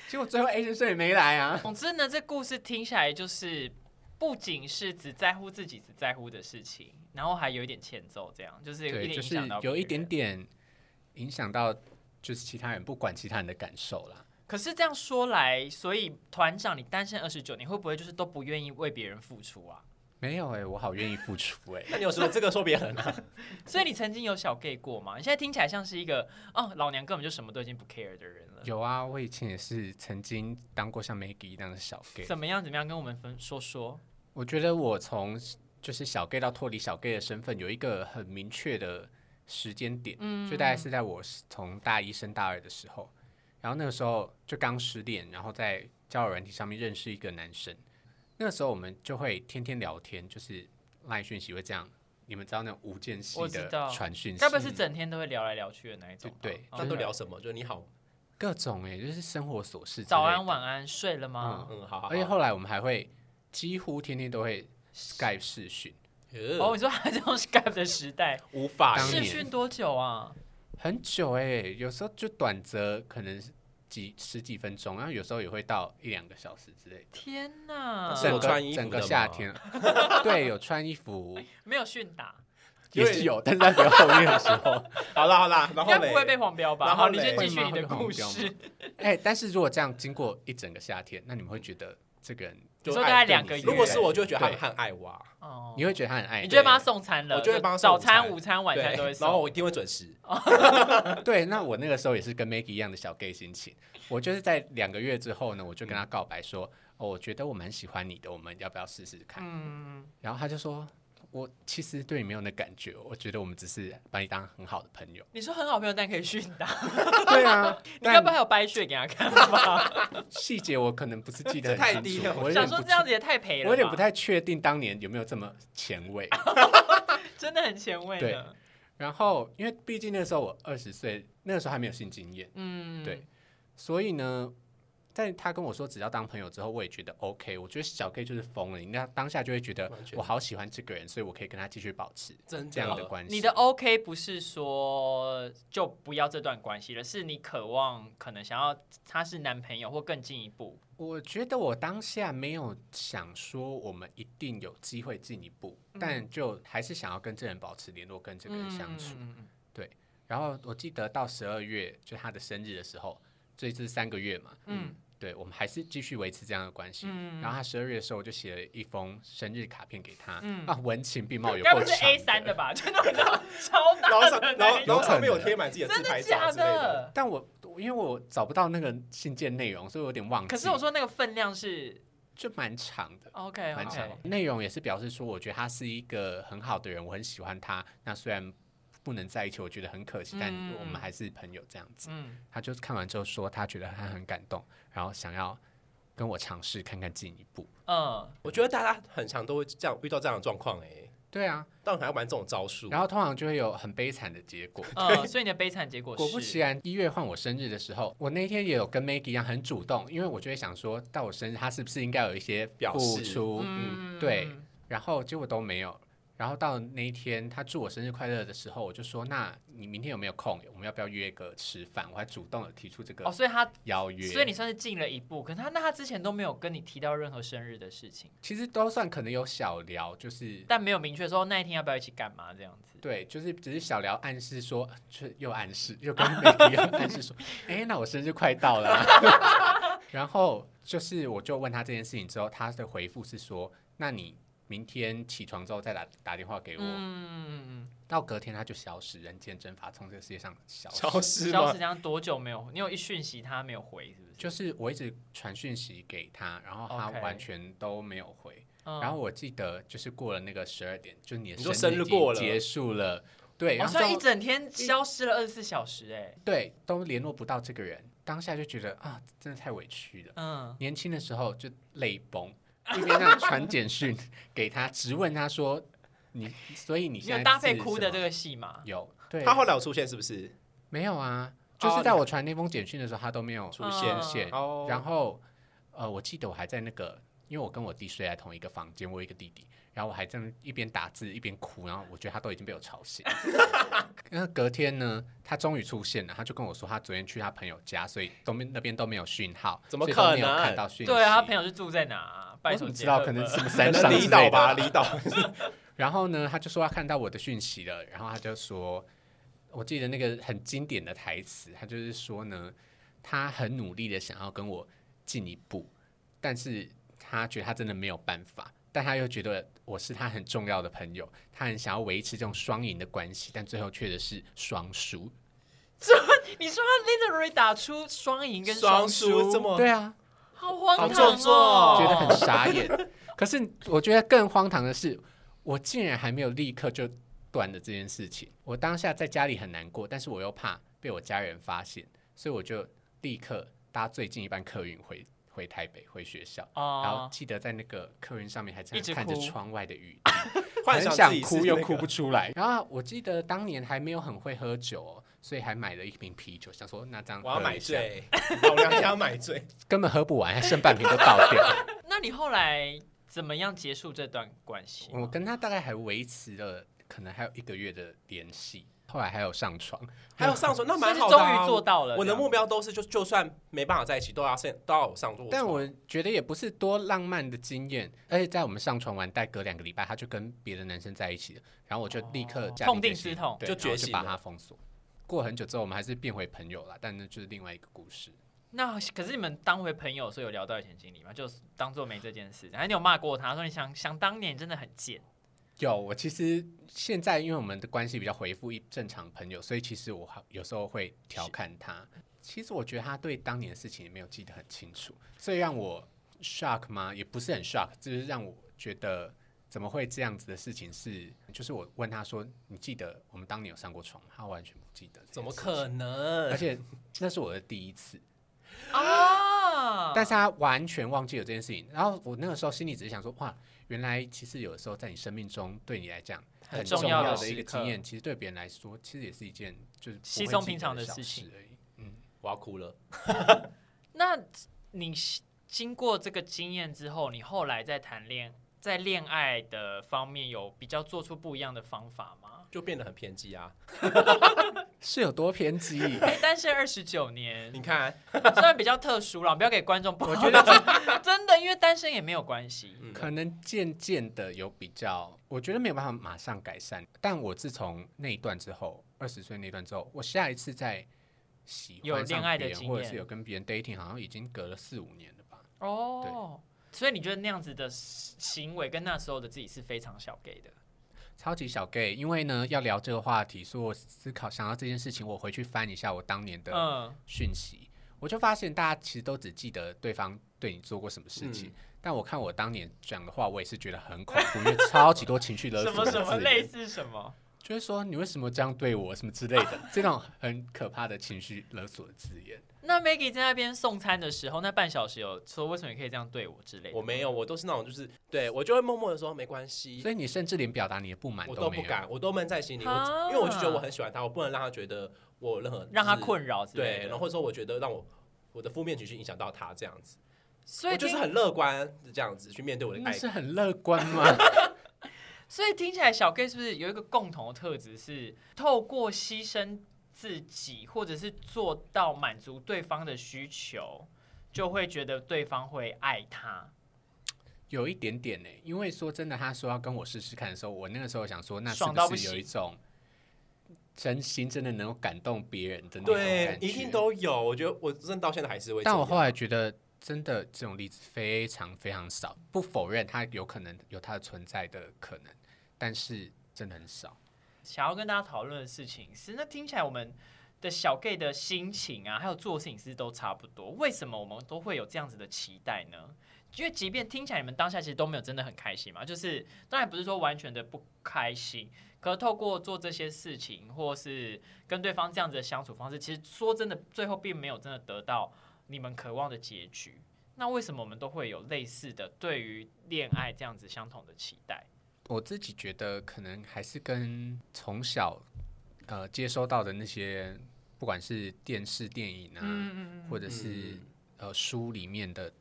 [SPEAKER 3] 结果最后 A 先生也没来啊。
[SPEAKER 2] 总之呢，这故事听下来就是不仅是只在乎自己只在乎的事情，然后还有一点欠揍，这样就是有一
[SPEAKER 3] 对，
[SPEAKER 2] 点
[SPEAKER 3] 就
[SPEAKER 2] 影
[SPEAKER 3] 是
[SPEAKER 2] 响到
[SPEAKER 3] 有一
[SPEAKER 2] 别人
[SPEAKER 3] 点点影响到，就是其他人不管其他人的感受啦。
[SPEAKER 2] 可是这样说来，所以团长，你单身二十九，你会不会就是都不愿意为别人付出啊？
[SPEAKER 3] 没有哎、我好愿意付出
[SPEAKER 2] [laughs]
[SPEAKER 3] 哎、
[SPEAKER 4] 那你有说这个说别人啊？
[SPEAKER 2] 所以你曾经有小 gay 过吗？你现在听起来像是一个哦，老娘根本就什么都已经不 care 的人了。
[SPEAKER 3] 有啊，我以前也是曾经当过像 Maggie 一样的小 gay。
[SPEAKER 2] 怎么样？怎么样？跟我们分说说。
[SPEAKER 3] 我觉得我从就是小 gay 到脱离小 gay 的身份，有一个很明确的时间点，
[SPEAKER 2] 嗯
[SPEAKER 3] 就大概是在我从大一升大二的时候，然后那个时候就刚失恋，然后在交友软体上面认识一个男生，那个时候我们就会天天聊天，就是赖讯息会这样，你们知道那种无间隙
[SPEAKER 2] 我知道
[SPEAKER 3] 的传讯息
[SPEAKER 2] 该，不会是整天都会聊来聊去的那一种吧？
[SPEAKER 3] 对对
[SPEAKER 2] 哦
[SPEAKER 4] 那都聊什么？就是你好，
[SPEAKER 3] 各种哎、就是生活琐事之类的，
[SPEAKER 2] 早安、晚安，睡了吗？
[SPEAKER 4] 嗯，好好好。
[SPEAKER 3] 而且后来我们还会几乎天天都会 Skype 视讯，
[SPEAKER 4] 呃
[SPEAKER 2] 哦，你说还这种 Skype 的时代，
[SPEAKER 4] 无法
[SPEAKER 3] 当
[SPEAKER 2] 试
[SPEAKER 3] 年
[SPEAKER 2] 训多久啊？
[SPEAKER 3] 很久哎、有时候就短则可能几十几分钟，然后有时候也会到一两个小时之类的。
[SPEAKER 2] 天哪，
[SPEAKER 4] 是
[SPEAKER 3] 整
[SPEAKER 4] 有穿衣
[SPEAKER 3] 个
[SPEAKER 4] 服
[SPEAKER 3] 整
[SPEAKER 4] 的
[SPEAKER 3] 个
[SPEAKER 4] 吗
[SPEAKER 3] 夏 [laughs] 天，对，有穿衣 [laughs] 服
[SPEAKER 2] 没有训打，
[SPEAKER 3] 也是有，但是在比较后面的时候，
[SPEAKER 4] 好啦好啦，
[SPEAKER 2] 应
[SPEAKER 4] 然后
[SPEAKER 2] 该不会
[SPEAKER 4] 嘞，
[SPEAKER 2] 被黄标吧？
[SPEAKER 4] 然后
[SPEAKER 2] 好，你先
[SPEAKER 4] 嘞
[SPEAKER 2] 继续你的故
[SPEAKER 3] 会吗
[SPEAKER 2] 事。
[SPEAKER 3] [laughs] 哎、但是如果这样经过一整个夏天，那你们会觉得这个人，
[SPEAKER 2] 你
[SPEAKER 4] 就
[SPEAKER 2] 说
[SPEAKER 4] 爱
[SPEAKER 2] 大概
[SPEAKER 4] 对
[SPEAKER 2] 两
[SPEAKER 4] 你
[SPEAKER 2] 个月，
[SPEAKER 4] 如果是我，就会觉得他
[SPEAKER 3] 对
[SPEAKER 4] 很爱我，啊
[SPEAKER 2] 哦
[SPEAKER 3] 你会觉得他很爱
[SPEAKER 2] 你
[SPEAKER 3] 你，
[SPEAKER 2] 就会帮他送餐了，
[SPEAKER 4] 我就会帮他送
[SPEAKER 2] 早
[SPEAKER 4] 午餐
[SPEAKER 2] 餐、午餐、晚
[SPEAKER 4] 对
[SPEAKER 2] 餐都会送。哦
[SPEAKER 4] 然后我一定会准时。
[SPEAKER 3] 对，那我那个时候也是跟 Maggie 一样的小 gay 心情，我就是在两个月之后呢，我就跟他告白说，哦，我觉得我蛮喜欢你的，我们要不要试试看？
[SPEAKER 2] 嗯，
[SPEAKER 3] 然后他就说：“我其实对你没有那感觉，我觉得我们只是把你当很好的朋友。
[SPEAKER 2] 你说很好朋友，但可以训
[SPEAKER 3] [laughs]
[SPEAKER 2] 打，”
[SPEAKER 3] 对啊，
[SPEAKER 2] 你该
[SPEAKER 3] 但
[SPEAKER 2] 不会还有掰血给他看吧？
[SPEAKER 3] 细节我可能不是记得
[SPEAKER 4] 这太
[SPEAKER 3] 很
[SPEAKER 4] 低
[SPEAKER 3] 清楚
[SPEAKER 4] 了，
[SPEAKER 3] 我有
[SPEAKER 2] 想
[SPEAKER 3] 点
[SPEAKER 2] 说
[SPEAKER 3] 不
[SPEAKER 2] 这样子也太赔了吧，
[SPEAKER 3] 我有点不太确定当年有没有这么前卫。
[SPEAKER 2] 真的很前卫
[SPEAKER 3] 对
[SPEAKER 2] 呢。
[SPEAKER 3] 然后，因为毕竟那时候我二十岁，那个时候还没有性经验，
[SPEAKER 2] 嗯，
[SPEAKER 3] 对，所以呢，在他跟我说只要当朋友之后，我也觉得 OK。我觉得小 K 就是疯了，你那当下就会觉得
[SPEAKER 4] 完全
[SPEAKER 3] 我好喜欢这个人，所以我可以跟他继续保持
[SPEAKER 4] 真
[SPEAKER 3] 这样的关系。
[SPEAKER 2] 你的 OK 不是说就不要这段关系了，是你渴望可能想要他是男朋友或更进一步。
[SPEAKER 3] 我觉得我当下没有想说我们一定有机会进一步，
[SPEAKER 2] 嗯
[SPEAKER 3] 但就还是想要跟这人保持联络，跟这个人相处。
[SPEAKER 2] 嗯，嗯嗯
[SPEAKER 3] 然后我记得到十二月，就他的生日的时候，这是三个月嘛，
[SPEAKER 2] 嗯，
[SPEAKER 3] 对我们还是继续维持这样的关系。
[SPEAKER 2] 嗯
[SPEAKER 3] 然后他十二月的时候，我就写了一封生日卡片给他，
[SPEAKER 2] 嗯
[SPEAKER 3] 啊，文情并茂，有
[SPEAKER 2] 该
[SPEAKER 3] 够
[SPEAKER 2] 不是 A 三
[SPEAKER 3] 长
[SPEAKER 2] 的。吧？就 [laughs] 那种超
[SPEAKER 4] 然后
[SPEAKER 2] 大
[SPEAKER 4] 上
[SPEAKER 2] 的
[SPEAKER 4] 然后
[SPEAKER 2] 那一
[SPEAKER 4] 然
[SPEAKER 2] 种，
[SPEAKER 3] 有
[SPEAKER 4] 后
[SPEAKER 3] 可
[SPEAKER 4] 上面有
[SPEAKER 3] 能
[SPEAKER 4] 贴满自己的
[SPEAKER 2] 真
[SPEAKER 4] 自
[SPEAKER 2] 的
[SPEAKER 4] 拍照
[SPEAKER 2] 假
[SPEAKER 4] 之类的。
[SPEAKER 2] 的？
[SPEAKER 3] 但我因为我找不到那个信件内容，所以我有点忘记。
[SPEAKER 2] 可是我说那个分量是
[SPEAKER 3] 就蛮长的。
[SPEAKER 2] OK
[SPEAKER 3] 蛮长
[SPEAKER 2] OK，
[SPEAKER 3] 的。内容也是表示说，我觉得他是一个很好的人，我很喜欢他。那虽然不能在一起，我觉得很可惜，但
[SPEAKER 2] 嗯
[SPEAKER 3] 我们还是朋友这样子。
[SPEAKER 2] 嗯，
[SPEAKER 3] 他就是看完之后说，他觉得他很感动，然后想要跟我尝试看看进一步。 [laughs]
[SPEAKER 2] 嗯，
[SPEAKER 4] 我觉得大家很常都会这样遇到这样的状况哎，
[SPEAKER 3] 对啊，
[SPEAKER 4] 但我还要玩这种招数。 [laughs]
[SPEAKER 3] 然后通常就会有很悲惨的结果。
[SPEAKER 2] 呃，所以你的悲惨结果是，
[SPEAKER 3] 果不其然，一月换我生日的时候，我那天也有跟 Maggie 一样很主动，因为我就会想说，到我生日，他是不是应该有一些
[SPEAKER 4] 表
[SPEAKER 3] 付
[SPEAKER 4] 示
[SPEAKER 3] 出？
[SPEAKER 2] 嗯，
[SPEAKER 3] 对然后结果都没有。然后到那一天，他祝我生日快乐的时候，我就说：“那你明天有没有空？我们要不要约个吃饭？”我还主动的提出这
[SPEAKER 2] 哦，
[SPEAKER 3] 个
[SPEAKER 2] 所以他，
[SPEAKER 3] 邀约。
[SPEAKER 2] 所以你算是进了一步，可是他那他之前都没有跟你提到任何生日的事情，
[SPEAKER 3] 其实都算可能有小聊，就是
[SPEAKER 2] 但没有明确说那一天要不要一起干嘛这样子。
[SPEAKER 3] 对，就是只是小聊暗示说，就又暗示又跟美迪暗示说：“ [laughs] 哎，那我生日快到了啊。” [laughs] 然后就是我就问他这件事情之后，他的回复是说：“那你明天起床之后再打打电话给我。
[SPEAKER 2] 嗯，
[SPEAKER 3] 到隔天他就消失，人间蒸发，从这个世界上消失。
[SPEAKER 4] 消失
[SPEAKER 2] 消
[SPEAKER 4] 吗
[SPEAKER 2] 失？这样多久没有？你有一讯息他没有回，是不是？
[SPEAKER 3] 就是我一直传讯息给他，然后他
[SPEAKER 2] OK
[SPEAKER 3] 完全都没有回。
[SPEAKER 2] 嗯
[SPEAKER 3] 然后我记得就是过了那个十二点，就是你的
[SPEAKER 4] 你说
[SPEAKER 3] 日
[SPEAKER 4] 生日
[SPEAKER 3] 已经
[SPEAKER 4] 过了
[SPEAKER 3] 结束了，对，
[SPEAKER 2] 哦
[SPEAKER 3] 然后
[SPEAKER 2] 所以一整天消失了二十四小时，哎，
[SPEAKER 3] 对都联络不到这个人，当下就觉得啊，真的太委屈了。
[SPEAKER 2] 嗯，
[SPEAKER 3] 年轻的时候就泪崩，一边让传
[SPEAKER 2] [laughs]
[SPEAKER 3] 简讯给他，直问他说你，所以你
[SPEAKER 2] 你
[SPEAKER 3] 现在
[SPEAKER 2] 有搭配
[SPEAKER 3] 是
[SPEAKER 2] 哭
[SPEAKER 3] 什
[SPEAKER 2] 的
[SPEAKER 3] 么
[SPEAKER 2] 这个戏吗？
[SPEAKER 3] 有对，
[SPEAKER 4] 他后来有出现是不是？
[SPEAKER 3] 没有啊，
[SPEAKER 4] 哦
[SPEAKER 3] 就是在
[SPEAKER 4] 你
[SPEAKER 3] 我传那封简讯的时候，他都没有
[SPEAKER 4] 出现
[SPEAKER 2] 嗯
[SPEAKER 3] 出现
[SPEAKER 4] 哦
[SPEAKER 3] 然后呃，我记得我还在那个，因为我跟我弟睡在同一个房间，我有一个弟弟，然后我还这样一边打字一边哭，然后我觉得他都已经被我吵
[SPEAKER 4] [laughs]
[SPEAKER 3] 醒。那隔天呢，他终于出现了，他就跟我说他昨天去他朋友家，所以都没那边都没有讯号，
[SPEAKER 4] 怎么
[SPEAKER 3] 所以都没有
[SPEAKER 4] 可能
[SPEAKER 3] 看到讯息？
[SPEAKER 2] 对啊，他朋友是住在哪啊？啊，拜
[SPEAKER 3] 我
[SPEAKER 2] 手
[SPEAKER 3] 怎么
[SPEAKER 2] 结
[SPEAKER 3] 知
[SPEAKER 2] 合
[SPEAKER 3] 道？
[SPEAKER 2] 吧
[SPEAKER 3] 可能是什么
[SPEAKER 4] 可
[SPEAKER 3] 山上
[SPEAKER 4] 能
[SPEAKER 3] 之
[SPEAKER 4] 离岛
[SPEAKER 3] 类的啊
[SPEAKER 4] 吧，
[SPEAKER 3] [laughs]
[SPEAKER 4] 离岛。
[SPEAKER 3] 然后呢，他就说他看到我的讯息了，然后他就说，我记得那个很经典的台词，他就是说呢，他很努力的想要跟我进一步，但是他觉得他真的没有办法，但他又觉得我是他很重要的朋友，他很想要维持这种双赢的关系，但最后却的是双输。
[SPEAKER 2] [laughs] 你说他 literally 打出双赢跟
[SPEAKER 4] 双
[SPEAKER 2] 输，
[SPEAKER 4] 输这么
[SPEAKER 3] 对啊，
[SPEAKER 2] 好荒唐、哦、
[SPEAKER 4] 好做作
[SPEAKER 3] 觉得很傻眼。
[SPEAKER 4] 哦
[SPEAKER 3] [laughs] 可是我觉得更荒唐的是，我竟然还没有立刻就断了这件事情。我当下在家里很难过，但是我又怕被我家人发现，所以我就立刻搭最近一班客运回回台北回学校。然后
[SPEAKER 2] 哦，
[SPEAKER 3] 记得在那个客运上面还在
[SPEAKER 2] 一直
[SPEAKER 3] 看着
[SPEAKER 2] 哭
[SPEAKER 3] 窗外的雨，
[SPEAKER 4] 幻
[SPEAKER 3] 很
[SPEAKER 4] 想
[SPEAKER 3] 想
[SPEAKER 4] 自己是
[SPEAKER 3] 哭又
[SPEAKER 4] 那个
[SPEAKER 3] 哭
[SPEAKER 4] [laughs]
[SPEAKER 3] 不出来。然后我记得当年还没有很会喝酒、哦，所以还买了一瓶啤酒，想说那这样
[SPEAKER 4] 我要
[SPEAKER 3] 喝
[SPEAKER 4] 买
[SPEAKER 3] 一下，
[SPEAKER 4] 醉， [laughs] 老娘也要买醉。
[SPEAKER 3] [laughs] 根本喝不完，还剩半瓶就倒掉了。
[SPEAKER 2] 那你后来怎么样结束这段关系？
[SPEAKER 3] 我跟他大概还维持了可能还有一个月的联系，后来还有上床，
[SPEAKER 4] 还有上床，那
[SPEAKER 2] 所以
[SPEAKER 4] 蛮
[SPEAKER 2] 是
[SPEAKER 4] 好的
[SPEAKER 2] 终
[SPEAKER 4] 啊、
[SPEAKER 2] 于做到了。
[SPEAKER 4] 我的
[SPEAKER 2] 这样
[SPEAKER 4] 目标都是就就算没办法在一起，都要上都要有上桌。
[SPEAKER 3] 但我觉得也不是多浪漫的经验，而且在我们上床完，大概隔两个礼拜，他就跟别的男生在一起了，然后我就立刻下定
[SPEAKER 2] 痛定
[SPEAKER 3] 决心
[SPEAKER 2] 思痛
[SPEAKER 3] 对
[SPEAKER 4] 就
[SPEAKER 3] 然后
[SPEAKER 4] 觉醒
[SPEAKER 3] 就把
[SPEAKER 4] 了
[SPEAKER 3] 他封锁。过很久之后，我们还是变回朋友了，但那就是另外一个故事。
[SPEAKER 2] 那可是你们当回朋友的时候有聊到以前经历吗？就是当做没这件事，还是你有骂过他说你想想当年真的很贱？
[SPEAKER 3] 有，我其实现在因为我们的关系比较回复一正常朋友，所以其实我还有时候会调侃他。其实我觉得他对当年的事情也没有记得很清楚，所以让我 shock 吗？也不是很 shock，就是让我觉得怎么会这样子的事情是，就是我问他说：“你记得我们当年有上过床吗？”他完全不记得，
[SPEAKER 4] 怎么可？能？
[SPEAKER 3] 而且那是我的第一次，
[SPEAKER 2] 啊！
[SPEAKER 3] 但是他完全忘记了这件事情。然后我那个时候心里只是想说，哇，原来其实有的时候在你生命中对你来讲
[SPEAKER 2] 很
[SPEAKER 3] 重
[SPEAKER 2] 重要的
[SPEAKER 3] 的一个
[SPEAKER 2] 时刻
[SPEAKER 3] 经验，其实对别人来说，其实也是一件就是不会
[SPEAKER 2] 稀松
[SPEAKER 3] 记得
[SPEAKER 2] 平常的
[SPEAKER 3] 小
[SPEAKER 2] 事情
[SPEAKER 3] 而已。嗯，
[SPEAKER 4] 我要哭了。
[SPEAKER 2] 那你经过这个经验之后，你后来在谈恋在恋爱的方面有比较做出不一样的方法吗？
[SPEAKER 4] 就变得很偏激啊！
[SPEAKER 3] 是有多偏
[SPEAKER 2] [laughs]
[SPEAKER 3] 激？
[SPEAKER 2] 哎，单身二十九年
[SPEAKER 4] 你，看，
[SPEAKER 2] 虽然比较特殊啦，不要给观众不好的， [laughs] 真的，因为单身也没有关系。
[SPEAKER 4] 嗯
[SPEAKER 3] 可能渐渐的有比较，我觉得没有办法马上改善。但我自从那一段之后，二十岁那一段之后，我下一次在喜
[SPEAKER 2] 有
[SPEAKER 3] 欢上
[SPEAKER 2] 恋爱的
[SPEAKER 3] 别人
[SPEAKER 2] 经
[SPEAKER 3] 或者
[SPEAKER 2] 验
[SPEAKER 3] 是有跟别人 dating，好像已经隔了四五年了吧。
[SPEAKER 2] 哦，所以你觉得那样子的行为跟那时候的自己是非常小 gay 的。
[SPEAKER 3] 超级小 gay，因为呢要聊这个话题，所以我思考想到这件事情，我回去翻一下我当年的
[SPEAKER 2] 嗯，
[SPEAKER 3] 讯息，我就发现大家其实都只记得对方对你做过什么事情，但我看我当年讲的话，我也是觉得很恐怖，因为超级多情绪勒
[SPEAKER 2] [laughs] 什
[SPEAKER 3] 索
[SPEAKER 2] 么
[SPEAKER 3] 的字
[SPEAKER 2] 什
[SPEAKER 3] 眼，
[SPEAKER 2] 么类似什么。
[SPEAKER 3] 就是说你为什么这样对我，什么之类的，这种很可怕的情绪勒索的字眼。
[SPEAKER 2] 那 Maggie 在那边送餐的时候，那半小时有说为什么你可以这样对我之类的？
[SPEAKER 4] 我没有，我都是那种就是对我就会默默的说没关系，
[SPEAKER 3] 所以你甚至连表达你的不满
[SPEAKER 4] 我都
[SPEAKER 3] 没
[SPEAKER 4] 不
[SPEAKER 3] 有，
[SPEAKER 4] 敢，我都闷在心里，
[SPEAKER 2] 啊
[SPEAKER 4] 我因为我就觉得我很喜欢他，我不能让他觉得我有任何
[SPEAKER 2] 让他
[SPEAKER 4] 就是
[SPEAKER 2] 困扰之类
[SPEAKER 4] 对，
[SPEAKER 2] 的。
[SPEAKER 4] 然后或者说我觉得让我我的负面情绪影响到他这样子，
[SPEAKER 2] 所以
[SPEAKER 4] 我
[SPEAKER 2] 听
[SPEAKER 4] 就是很乐观这样子去面对我的
[SPEAKER 3] 那
[SPEAKER 4] 爱
[SPEAKER 3] 是很乐观吗？
[SPEAKER 2] 所以听起来小 gay 是不是有一个共同的特质是透过牺牲自己，或者是做到满足对方的需求，就会觉得对方会爱他。
[SPEAKER 3] 有一点点呢、因为说真的，他说要跟我试试看的时候，我那个时候想说，那是
[SPEAKER 2] 爽到不
[SPEAKER 3] 是有
[SPEAKER 2] 行
[SPEAKER 3] 一种真心真的能够感动别人的那种
[SPEAKER 4] 对
[SPEAKER 3] 感，觉？
[SPEAKER 4] 一定。都有。我觉得我真的到现在还是会这样。
[SPEAKER 3] 但我后来觉得，真的这种例子非常非常少，不否认他有可能有他的存在的可能，但是真的很少。
[SPEAKER 2] 想要跟大家讨论的事情是，那听起来我们的小 gay 的心情啊，还有做事情是都差不多。为什么我们都会有这样子的期待呢？因为即便听起来你们当下其实都没有真的很开心嘛，就是当然不是说完全的不开心，可是透过做这些事情，或是跟对方这样子的相处方式，其实说真的，最后并没有真的得到你们渴望的结局。那为什么我们都会有类似的对于恋爱这样子相同的期待？
[SPEAKER 3] 我自己觉得，可能还是跟从小呃接收到的那些，不管是电视、电影啊，
[SPEAKER 2] 嗯
[SPEAKER 3] 或者是、
[SPEAKER 4] 嗯
[SPEAKER 3] 呃书里面的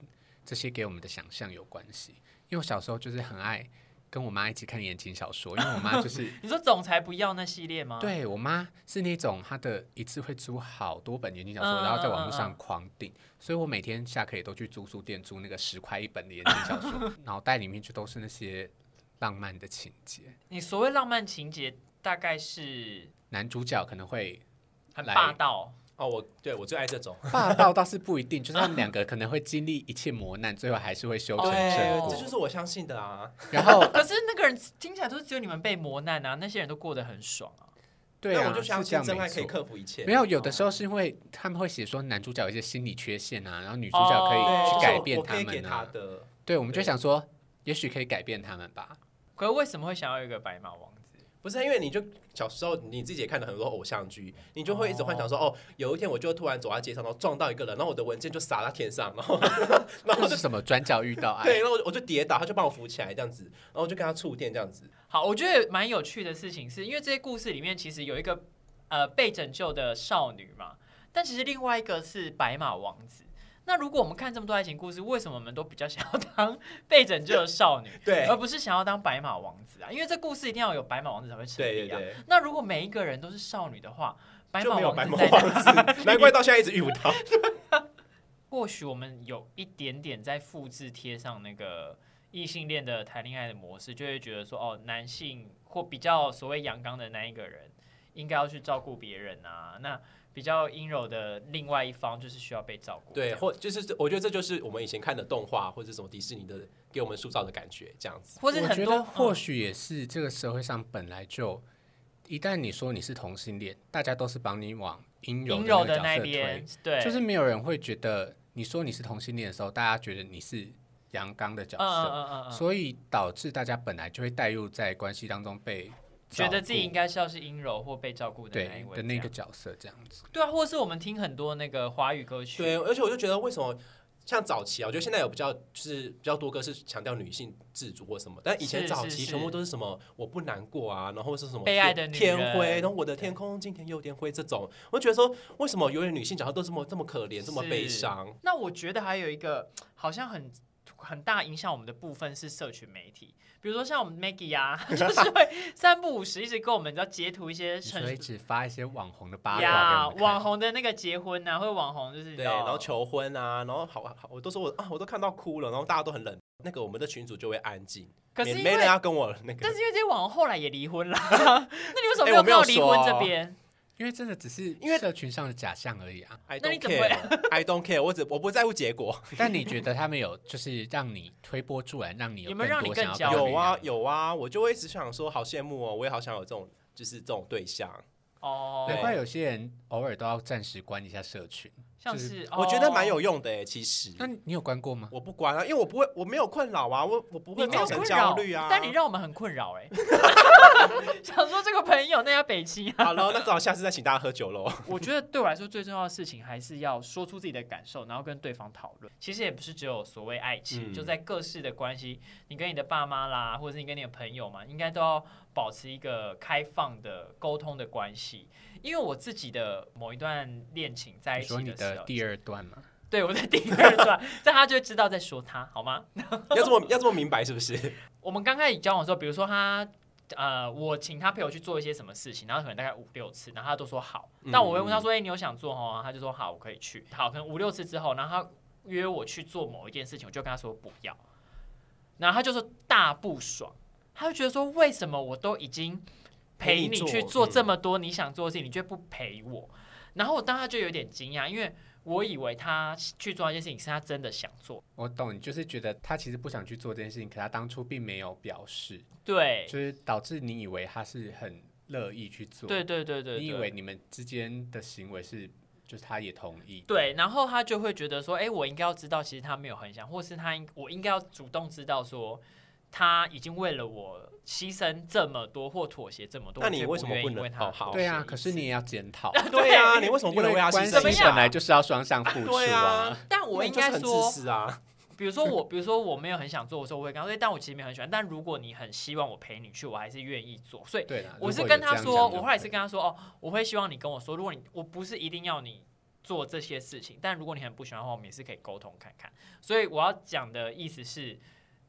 [SPEAKER 3] 这些给我们的想象有关系。因为我小时候就是很爱跟我妈一起看言情小说，因为我妈
[SPEAKER 4] [laughs]
[SPEAKER 3] 就是
[SPEAKER 2] 你说总裁不要那系列吗？，
[SPEAKER 3] 对我妈是那种她的一次会租好多本言情小说，
[SPEAKER 2] 嗯
[SPEAKER 3] 然后在网
[SPEAKER 2] 嗯
[SPEAKER 3] 络
[SPEAKER 2] 嗯
[SPEAKER 3] 上狂订，所以我每天下课也都去租书店租那个十块一本的言情小
[SPEAKER 4] [laughs]
[SPEAKER 3] 说，脑袋里面就都是那些浪漫的情节。
[SPEAKER 2] 你所谓浪漫情节大概是
[SPEAKER 3] 男主角可能
[SPEAKER 4] [laughs]
[SPEAKER 3] 会
[SPEAKER 2] 很
[SPEAKER 3] 来
[SPEAKER 2] 霸道，
[SPEAKER 4] 哦，我对我最爱这种，
[SPEAKER 3] 霸道倒是不一定，就是他们两个可能会经历一切磨难，最后还是会修成正
[SPEAKER 2] 哦
[SPEAKER 3] 果。
[SPEAKER 4] 哎这就是我相信的啊。
[SPEAKER 3] 然后
[SPEAKER 2] 可是那个人听起来都是只有你们被磨难啊，那些人都过得很爽啊。
[SPEAKER 3] 对
[SPEAKER 4] 那
[SPEAKER 3] 啊，
[SPEAKER 4] 我就是相
[SPEAKER 3] 这
[SPEAKER 4] 信
[SPEAKER 3] 样
[SPEAKER 4] 真
[SPEAKER 3] 没
[SPEAKER 4] 爱可以
[SPEAKER 3] 错。
[SPEAKER 4] 克啊服一切。
[SPEAKER 3] 没有，有的时候是因为他们会写说男主角有一些心理缺陷啊，然后女主角
[SPEAKER 2] 哦
[SPEAKER 3] 可以
[SPEAKER 4] 对，
[SPEAKER 3] 去
[SPEAKER 4] 这是
[SPEAKER 3] 改
[SPEAKER 4] 我
[SPEAKER 3] 变
[SPEAKER 4] 我可以给
[SPEAKER 3] 们
[SPEAKER 4] 他
[SPEAKER 3] 啊。
[SPEAKER 4] 的。
[SPEAKER 3] 对，我们就
[SPEAKER 4] 对
[SPEAKER 3] 想说，也许可以改变他们吧。
[SPEAKER 2] 可是为什么会想要有一个白马王子？
[SPEAKER 4] 不是因为你就小时候你自己也看了很多偶像剧，你就会一直幻想说，哦，有一天我就突然走在街上，然后撞到一个人，然后我的文件就洒到天上，然
[SPEAKER 2] [laughs]
[SPEAKER 4] 后然
[SPEAKER 3] 这
[SPEAKER 4] 后就是
[SPEAKER 3] 什么转角遇到爱
[SPEAKER 4] 对，？然后我就我就跌倒，他就帮我扶起来这样子，然后我就跟他触电这样子。
[SPEAKER 2] 好，我觉得蛮有趣的事情是，因为这些故事里面其实有一个呃被拯救的少女嘛，但其实另外一个是白马王子。那如果我们看这么多爱情故事，为什么我们都比较想要 [laughs] 当被拯救的少女，
[SPEAKER 4] 对
[SPEAKER 2] 而不是想要当白马王子啊？因为这故事一定要有白马王子才会成
[SPEAKER 4] 对对
[SPEAKER 2] 立啊。
[SPEAKER 4] 对，
[SPEAKER 2] 那如果每一个人都是少女的话，白
[SPEAKER 4] 就
[SPEAKER 2] 马
[SPEAKER 4] 没有
[SPEAKER 2] 王
[SPEAKER 4] 白
[SPEAKER 2] 子
[SPEAKER 4] 马
[SPEAKER 2] 在哪？ [laughs]
[SPEAKER 4] 王子， [laughs] 难怪到现在一直遇不到。
[SPEAKER 2] 或许我们有一点点在复制贴上那个异性恋的谈恋爱的模式，就会觉得说，哦，男性或比较所谓阳刚的那一个人，应该要去照顾别人啊，那比较阴柔的另外一方就是需要被照顾。这
[SPEAKER 4] 对，
[SPEAKER 2] 样
[SPEAKER 4] 或就是这我觉得这就是我们以前看的动画或者什么迪士尼的给我们塑造的感觉，这样子。
[SPEAKER 2] 或者
[SPEAKER 3] 我
[SPEAKER 2] 很
[SPEAKER 3] 觉得
[SPEAKER 2] 多嗯
[SPEAKER 3] 或
[SPEAKER 2] 许、
[SPEAKER 3] 许也是这个社会上本来就，一旦你说你是同性恋，大家都是帮你往阴
[SPEAKER 2] 嗯阴
[SPEAKER 3] 柔
[SPEAKER 2] 柔
[SPEAKER 3] 的
[SPEAKER 2] 的
[SPEAKER 3] 那
[SPEAKER 2] 那
[SPEAKER 3] 个角色推
[SPEAKER 2] 边，，对，嗯
[SPEAKER 3] 就是没有人会觉得你说你是同性恋的时候，大家觉得你是阳刚的角
[SPEAKER 2] 嗯嗯
[SPEAKER 3] 色，
[SPEAKER 2] 嗯嗯嗯，
[SPEAKER 3] 所以导致大家本来就会带入在关系当中被
[SPEAKER 2] 觉得自己
[SPEAKER 3] 照
[SPEAKER 2] 应该是要是阴柔或被照顾
[SPEAKER 3] 顾
[SPEAKER 2] 的那一
[SPEAKER 3] 对
[SPEAKER 2] 位
[SPEAKER 3] 的
[SPEAKER 2] 这
[SPEAKER 3] 那
[SPEAKER 2] 样
[SPEAKER 3] 个角色这样子。
[SPEAKER 2] 对啊，或是我们听很多那个华语歌曲，啊
[SPEAKER 4] 对，而且我就觉得为什么像早期啊，我觉得现在有比较就是比较多歌是强调女性自主或什么，但以前
[SPEAKER 2] 是
[SPEAKER 4] 早
[SPEAKER 2] 是
[SPEAKER 4] 期
[SPEAKER 2] 是
[SPEAKER 4] 全部都是什么我不难过啊，然后是什么
[SPEAKER 2] 被爱的女
[SPEAKER 4] 天
[SPEAKER 2] 人
[SPEAKER 4] 天灰，然后我的天空今天有点灰这种，我觉得说为什么永远女性角色都这么这么可怜，这么悲
[SPEAKER 2] 是
[SPEAKER 4] 伤？
[SPEAKER 2] 那我觉得还有一个好像很很大影响我们的部分是社群媒体，比如说像我们 Maggie 啊， [laughs] 就是会三不五时一直跟我们你知道截图一些
[SPEAKER 3] 你所以
[SPEAKER 2] 很
[SPEAKER 3] 只发一些网红的八
[SPEAKER 2] 呀
[SPEAKER 3] 卦给我们
[SPEAKER 2] 啊
[SPEAKER 3] 看
[SPEAKER 2] 网红的那个结婚啊，或者网红就是你知
[SPEAKER 4] 对，
[SPEAKER 2] 道
[SPEAKER 4] 然后求婚啊，然后好好，我都说我啊，我都看到哭了，然后大家都很冷，那个我们的群主就会安静，
[SPEAKER 2] 可是
[SPEAKER 4] 没
[SPEAKER 2] 因
[SPEAKER 4] 没人
[SPEAKER 2] 为
[SPEAKER 4] 要跟我那
[SPEAKER 2] 但
[SPEAKER 4] 个，
[SPEAKER 2] 是因为这些网红后来也离
[SPEAKER 4] [laughs]
[SPEAKER 2] 婚了，那你为什么没
[SPEAKER 4] 哎我
[SPEAKER 2] 看
[SPEAKER 4] 没
[SPEAKER 2] 到
[SPEAKER 4] 有
[SPEAKER 2] 离婚
[SPEAKER 4] 说
[SPEAKER 2] 这边？
[SPEAKER 3] 因为真的只是
[SPEAKER 4] 因为
[SPEAKER 3] 社群上的假象而已啊。
[SPEAKER 4] I
[SPEAKER 2] 那你
[SPEAKER 4] don't
[SPEAKER 2] 怎么会
[SPEAKER 4] care，I don't care，我只我不在乎结果。
[SPEAKER 3] 但你觉得他们有就是让你推波助澜，让你有
[SPEAKER 2] 有没有让你
[SPEAKER 3] 多
[SPEAKER 2] 更焦
[SPEAKER 3] 想要跟他们
[SPEAKER 4] 有
[SPEAKER 2] 虑
[SPEAKER 3] 一
[SPEAKER 4] 啊
[SPEAKER 3] 样
[SPEAKER 4] 有啊，我就会一直想说，好羡慕哦，我也好想有这种就是这种对象。啊
[SPEAKER 2] 哦，
[SPEAKER 3] 难怪有些人偶尔都要暂时关一下社群。
[SPEAKER 2] 像
[SPEAKER 3] 就是
[SPEAKER 2] 是、
[SPEAKER 4] 我觉得蛮
[SPEAKER 2] 哦
[SPEAKER 4] 有用的诶，欸其实
[SPEAKER 3] 那你有关过吗？
[SPEAKER 4] 我不关啊，因为我不会，我没有困扰啊，我我不
[SPEAKER 2] 你
[SPEAKER 4] 会
[SPEAKER 2] 没有
[SPEAKER 4] 造
[SPEAKER 2] 困
[SPEAKER 4] 成
[SPEAKER 2] 扰
[SPEAKER 4] 焦虑啊。
[SPEAKER 2] 但你让我们很困扰
[SPEAKER 4] [laughs]
[SPEAKER 2] 哎、 [laughs] 想说这个朋友那家北京啊，
[SPEAKER 4] 好了，那只好下次再请大家喝酒
[SPEAKER 2] [laughs]
[SPEAKER 4] 喽。
[SPEAKER 2] 我觉得对我来说最重要的事情还是要说出自己的感受，然后跟对方讨论。其实也不是只有所谓爱情，
[SPEAKER 4] 嗯
[SPEAKER 2] 就在各式的关系，你跟你的爸妈啦，或者是你跟你的朋友嘛，应该都要保持一个开放的沟通的关系。因为我自己的某一段恋情在一
[SPEAKER 3] 你
[SPEAKER 2] 起
[SPEAKER 3] 说你
[SPEAKER 2] 时
[SPEAKER 3] 的
[SPEAKER 2] 候，
[SPEAKER 3] 第二段吗？
[SPEAKER 2] 对我在第二段， [laughs] 这样他就会知道在说他好吗？
[SPEAKER 4] 要这么要这么明白是
[SPEAKER 2] [laughs]
[SPEAKER 4] 不是？
[SPEAKER 2] 我们刚开始交往的时候，比如说他。呃，我请他陪我去做一些什么事情，然后可能大概五六次，然后他都说好。
[SPEAKER 4] 嗯
[SPEAKER 2] 但我会问他说：“哎、你有想做哦？”他就说：“好，我可以去。”好，可能五六次之后，然后他约我去做某一件事情，我就跟他说不要，然后他就说大不爽，他就觉得说：“为什么我都已经陪
[SPEAKER 4] 陪
[SPEAKER 2] 你
[SPEAKER 4] 你
[SPEAKER 2] 去做
[SPEAKER 4] 做
[SPEAKER 2] 这么多你想做的事情，你却不陪我？”然后我当时就有点惊讶，因为我以为他去做那件事情是他真的想做。
[SPEAKER 3] 我懂，你就是觉得他其实不想去做这件事情，可他当初并没有表示，
[SPEAKER 2] 对，
[SPEAKER 3] 就是导致你以为他是很乐意去做，
[SPEAKER 2] 对对对对对，
[SPEAKER 3] 你以为你们之间的行为是，就是他也同意，
[SPEAKER 2] 对，然后他就会觉得说，哎、我应该要知道，其实他没有很想，或是他应我应该要主动知道说，他已经为了我牺牲这么多或妥协这么多。
[SPEAKER 4] 那
[SPEAKER 2] 我
[SPEAKER 4] 你
[SPEAKER 2] 却
[SPEAKER 4] 为什么
[SPEAKER 2] 愿意
[SPEAKER 4] 不能
[SPEAKER 2] 为他
[SPEAKER 4] 哦好
[SPEAKER 3] 对
[SPEAKER 2] 妥
[SPEAKER 3] 啊，
[SPEAKER 2] 协一
[SPEAKER 3] 可是
[SPEAKER 2] 次
[SPEAKER 3] 你也要检 [laughs] 讨，
[SPEAKER 4] 对啊，你为什么不
[SPEAKER 3] 因
[SPEAKER 4] 能
[SPEAKER 3] 为
[SPEAKER 4] 为他
[SPEAKER 3] 关
[SPEAKER 4] 牺
[SPEAKER 3] 系
[SPEAKER 2] 怎么
[SPEAKER 4] 牲一
[SPEAKER 2] 样
[SPEAKER 4] 下
[SPEAKER 3] 本来就是要双向付出
[SPEAKER 4] 对啊，
[SPEAKER 2] 但我
[SPEAKER 4] 那
[SPEAKER 2] 应
[SPEAKER 4] 就是
[SPEAKER 2] 该
[SPEAKER 4] 很
[SPEAKER 2] 说
[SPEAKER 4] 自，私啊。
[SPEAKER 2] 比如说我，比如说我没有很想做的时候，我会跟他说，但我其实没有很喜欢。但如果你很希望我陪你去，我还是愿意做。所以
[SPEAKER 3] 对
[SPEAKER 4] 啊
[SPEAKER 3] 啦
[SPEAKER 2] 我
[SPEAKER 3] 如
[SPEAKER 2] 是
[SPEAKER 3] 果
[SPEAKER 2] 跟
[SPEAKER 3] 有
[SPEAKER 2] 他
[SPEAKER 3] 这样
[SPEAKER 2] 说，
[SPEAKER 3] 讲就
[SPEAKER 2] 我后来
[SPEAKER 3] 可
[SPEAKER 2] 是
[SPEAKER 3] 以
[SPEAKER 2] 跟他说，哦，我会希望你跟我说，如果你我不是一定要你做这些事情，但如果你很不喜欢的话，我们也是可以沟通看看。所以我要讲的意思是，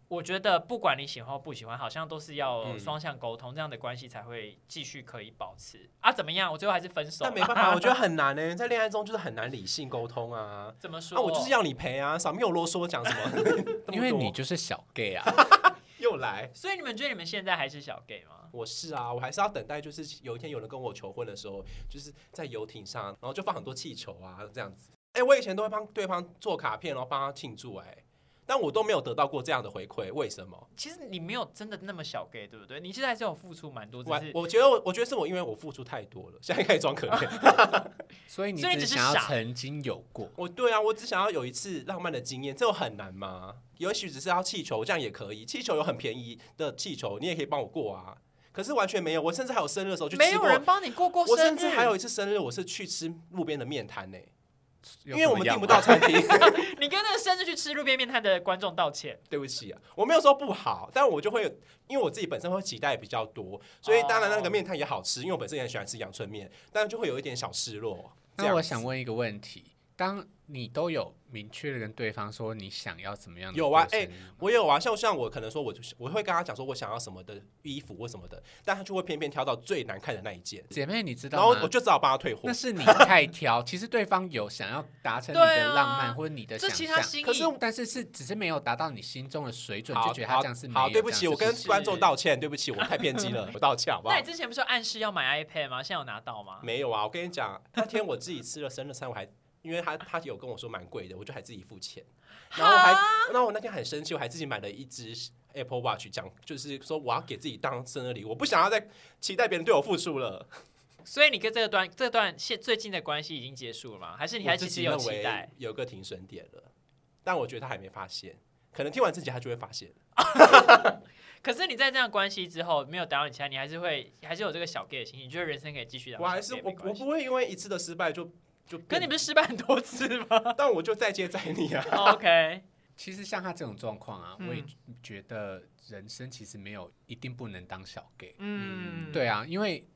[SPEAKER 2] 我觉得不管你喜欢或不喜欢，好像都是要
[SPEAKER 4] 嗯
[SPEAKER 2] 双向沟通，这样的关系才会继续可以保持啊。怎么样？我最后还是分手
[SPEAKER 4] 但没
[SPEAKER 2] 了。
[SPEAKER 4] 办法，我觉得很难呢、在恋爱中就是很难理性沟通啊。
[SPEAKER 2] [laughs] 怎么说？
[SPEAKER 4] 啊，我就是要你陪啊，少没有啰嗦讲什么，
[SPEAKER 2] [laughs]
[SPEAKER 4] 这么 [laughs] 多
[SPEAKER 3] 因为你就是小 gay 啊，
[SPEAKER 4] 又来。
[SPEAKER 2] 所以你们觉得你们现在还是小 gay 吗？
[SPEAKER 4] 我是啊，我还是要等待，就是有一天有人跟我求婚的时候，就是在游艇上，然后就放很多气球啊，这样子。哎、我以前都会帮对方做卡片，然后帮他庆祝、哎，但我都没有得到过这样的回馈，为什么？
[SPEAKER 2] 其实你没有真的那么小 gay，对不对？你现在还是有付出蛮多，只
[SPEAKER 4] 我
[SPEAKER 2] 是
[SPEAKER 4] 我觉得我，我觉得是我因为我付出太多了，现在开始装可怜。 [laughs]
[SPEAKER 3] 所以你
[SPEAKER 2] 所以
[SPEAKER 3] 只
[SPEAKER 2] 只
[SPEAKER 3] 是
[SPEAKER 2] 是
[SPEAKER 3] 想要
[SPEAKER 2] 傻
[SPEAKER 3] 曾经有过，
[SPEAKER 4] 我对啊，我只想要有一次浪漫的经验，这有很难吗？也许只是要气球，这样也可以。气球有很便宜的气球，你也可以帮我过啊。可是完全没有，我甚至还有生日的时候去吃
[SPEAKER 2] 没有
[SPEAKER 4] 过
[SPEAKER 2] 人帮你过过生
[SPEAKER 4] 我
[SPEAKER 2] 日，
[SPEAKER 4] 甚至还有一次生日，我是去吃路边的面摊呢、
[SPEAKER 3] 因
[SPEAKER 4] 因为我们订不到餐厅。
[SPEAKER 3] [laughs]
[SPEAKER 2] 你跟那个生日去吃路边面摊的观众道歉。
[SPEAKER 4] 对不起啊，我没有说不好，但我就会因为我自己本身会期待比较多，所以当然那个面摊也好吃，因为我本身也很喜欢吃阳春面，但就会有一点小失落。这
[SPEAKER 3] 那
[SPEAKER 4] 样
[SPEAKER 3] 我
[SPEAKER 4] 子
[SPEAKER 3] 想问一个问题：当你都有明确的跟对方说你想要怎么样的
[SPEAKER 4] 有啊
[SPEAKER 3] 过生日
[SPEAKER 4] 哎我有啊，像像我可能说我就是我会跟他讲说我想要什么的衣服或什么的，但他就会偏偏挑到最难看的那一件，
[SPEAKER 3] 姐妹，你知
[SPEAKER 4] 然后
[SPEAKER 3] 道
[SPEAKER 4] 我
[SPEAKER 3] 吗？
[SPEAKER 4] 就只好帮他退货
[SPEAKER 3] 那。是你太挑，其实对方有想要达成你
[SPEAKER 2] 对
[SPEAKER 3] 的
[SPEAKER 2] 啊
[SPEAKER 3] 浪漫或者你的
[SPEAKER 2] 这
[SPEAKER 3] 想
[SPEAKER 2] 其实他
[SPEAKER 3] 象，
[SPEAKER 2] 心
[SPEAKER 4] 可是
[SPEAKER 2] 意，
[SPEAKER 3] 但是是只是没有达到你心中的水准，
[SPEAKER 4] 好
[SPEAKER 3] 就觉得他这样是没有。
[SPEAKER 4] 好，对不
[SPEAKER 3] 这
[SPEAKER 4] 起，
[SPEAKER 3] 样
[SPEAKER 4] 我
[SPEAKER 3] 是
[SPEAKER 4] 跟
[SPEAKER 3] 不是
[SPEAKER 4] 观众道歉，对不起，我太偏激
[SPEAKER 3] [laughs]
[SPEAKER 4] 了，我道歉好不好
[SPEAKER 2] 那你？之前不是有暗示要买 iPad 吗？现在有拿到吗？
[SPEAKER 4] 没有啊，我跟你讲，那天我自己吃了生日餐，我还因为他他有跟我说蛮贵的，我就还自己付钱，然后我还，那我那天很生气，我还自己买了一只 Apple Watch，讲就是说我要给自己当生日礼物，我不想要再期待别人对我付出了。
[SPEAKER 2] 所以你跟这个段这段现最近的关系已经结束了吗？还是你还
[SPEAKER 4] 我自
[SPEAKER 2] 其实
[SPEAKER 4] 己
[SPEAKER 2] 有
[SPEAKER 4] 认
[SPEAKER 2] 期
[SPEAKER 4] 为
[SPEAKER 2] 待？
[SPEAKER 4] 有个停损点了，但我觉得他还没发现，可能听完自己他就会发现。
[SPEAKER 2] 可是你在这样关系之后没有达到你期待，你还是会还是有这个小 gay 的心情，你觉得人生可以继续的。
[SPEAKER 4] 我还是
[SPEAKER 2] 没
[SPEAKER 4] 我
[SPEAKER 2] 关
[SPEAKER 4] 我
[SPEAKER 2] 系
[SPEAKER 4] 不会因为一次的失败就就
[SPEAKER 2] 可
[SPEAKER 4] 跟
[SPEAKER 2] 你不是失败很多次
[SPEAKER 4] [laughs]
[SPEAKER 2] 吗
[SPEAKER 4] 但我就再接再厉啊。
[SPEAKER 2] ？OK，
[SPEAKER 3] 其实像他这种状况啊，
[SPEAKER 2] 嗯
[SPEAKER 3] 我也觉得人生其实没有一定不能当小 gay。
[SPEAKER 2] 嗯，
[SPEAKER 3] 对啊，因为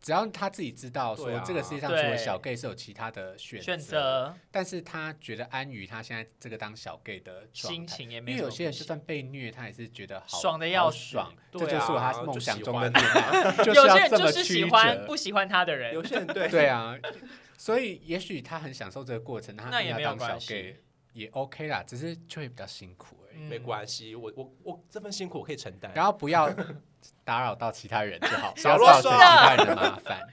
[SPEAKER 3] 只要他自己知道
[SPEAKER 4] 对
[SPEAKER 3] 说
[SPEAKER 4] 啊
[SPEAKER 3] 这个世界上除了
[SPEAKER 2] 对
[SPEAKER 3] 小 gay 是有其他的选
[SPEAKER 2] 选择
[SPEAKER 3] 但是他觉得安于他现在这个当小 gay 的状态
[SPEAKER 2] 心情也
[SPEAKER 3] 因
[SPEAKER 2] 没
[SPEAKER 3] 为
[SPEAKER 2] 什么
[SPEAKER 3] 有些人
[SPEAKER 2] 不
[SPEAKER 3] 就
[SPEAKER 2] 行
[SPEAKER 3] 算被虐，他也是觉得好
[SPEAKER 2] 爽得要
[SPEAKER 3] 好
[SPEAKER 2] 死
[SPEAKER 3] 爽，这
[SPEAKER 4] 对
[SPEAKER 3] 就
[SPEAKER 4] 啊
[SPEAKER 3] 是他
[SPEAKER 4] 就
[SPEAKER 3] 梦想
[SPEAKER 4] 喜
[SPEAKER 3] 中的
[SPEAKER 4] 欢
[SPEAKER 3] 恋
[SPEAKER 2] [laughs]
[SPEAKER 3] 爱，就
[SPEAKER 2] 有
[SPEAKER 3] 要
[SPEAKER 2] 些人
[SPEAKER 3] 这
[SPEAKER 2] 就
[SPEAKER 3] 么
[SPEAKER 2] 是
[SPEAKER 3] 曲
[SPEAKER 2] 喜
[SPEAKER 3] 折
[SPEAKER 2] 欢不喜欢他的人
[SPEAKER 4] 有，些人对
[SPEAKER 3] [laughs] 对啊，所以也许他很享受这个过程，他
[SPEAKER 2] 那也
[SPEAKER 3] 硬要
[SPEAKER 2] 没有
[SPEAKER 3] 当小
[SPEAKER 2] 关系
[SPEAKER 3] gay 也 OK 啦，只是就会比较辛苦而已，
[SPEAKER 2] 嗯
[SPEAKER 4] 没关系，我我我这份辛苦我可以承担。
[SPEAKER 3] 然后不要打扰到其他人就
[SPEAKER 2] [laughs]
[SPEAKER 3] 好，不
[SPEAKER 4] 少
[SPEAKER 3] 要
[SPEAKER 4] 啰
[SPEAKER 3] 造成
[SPEAKER 4] 嗦
[SPEAKER 3] 其他人的麻烦。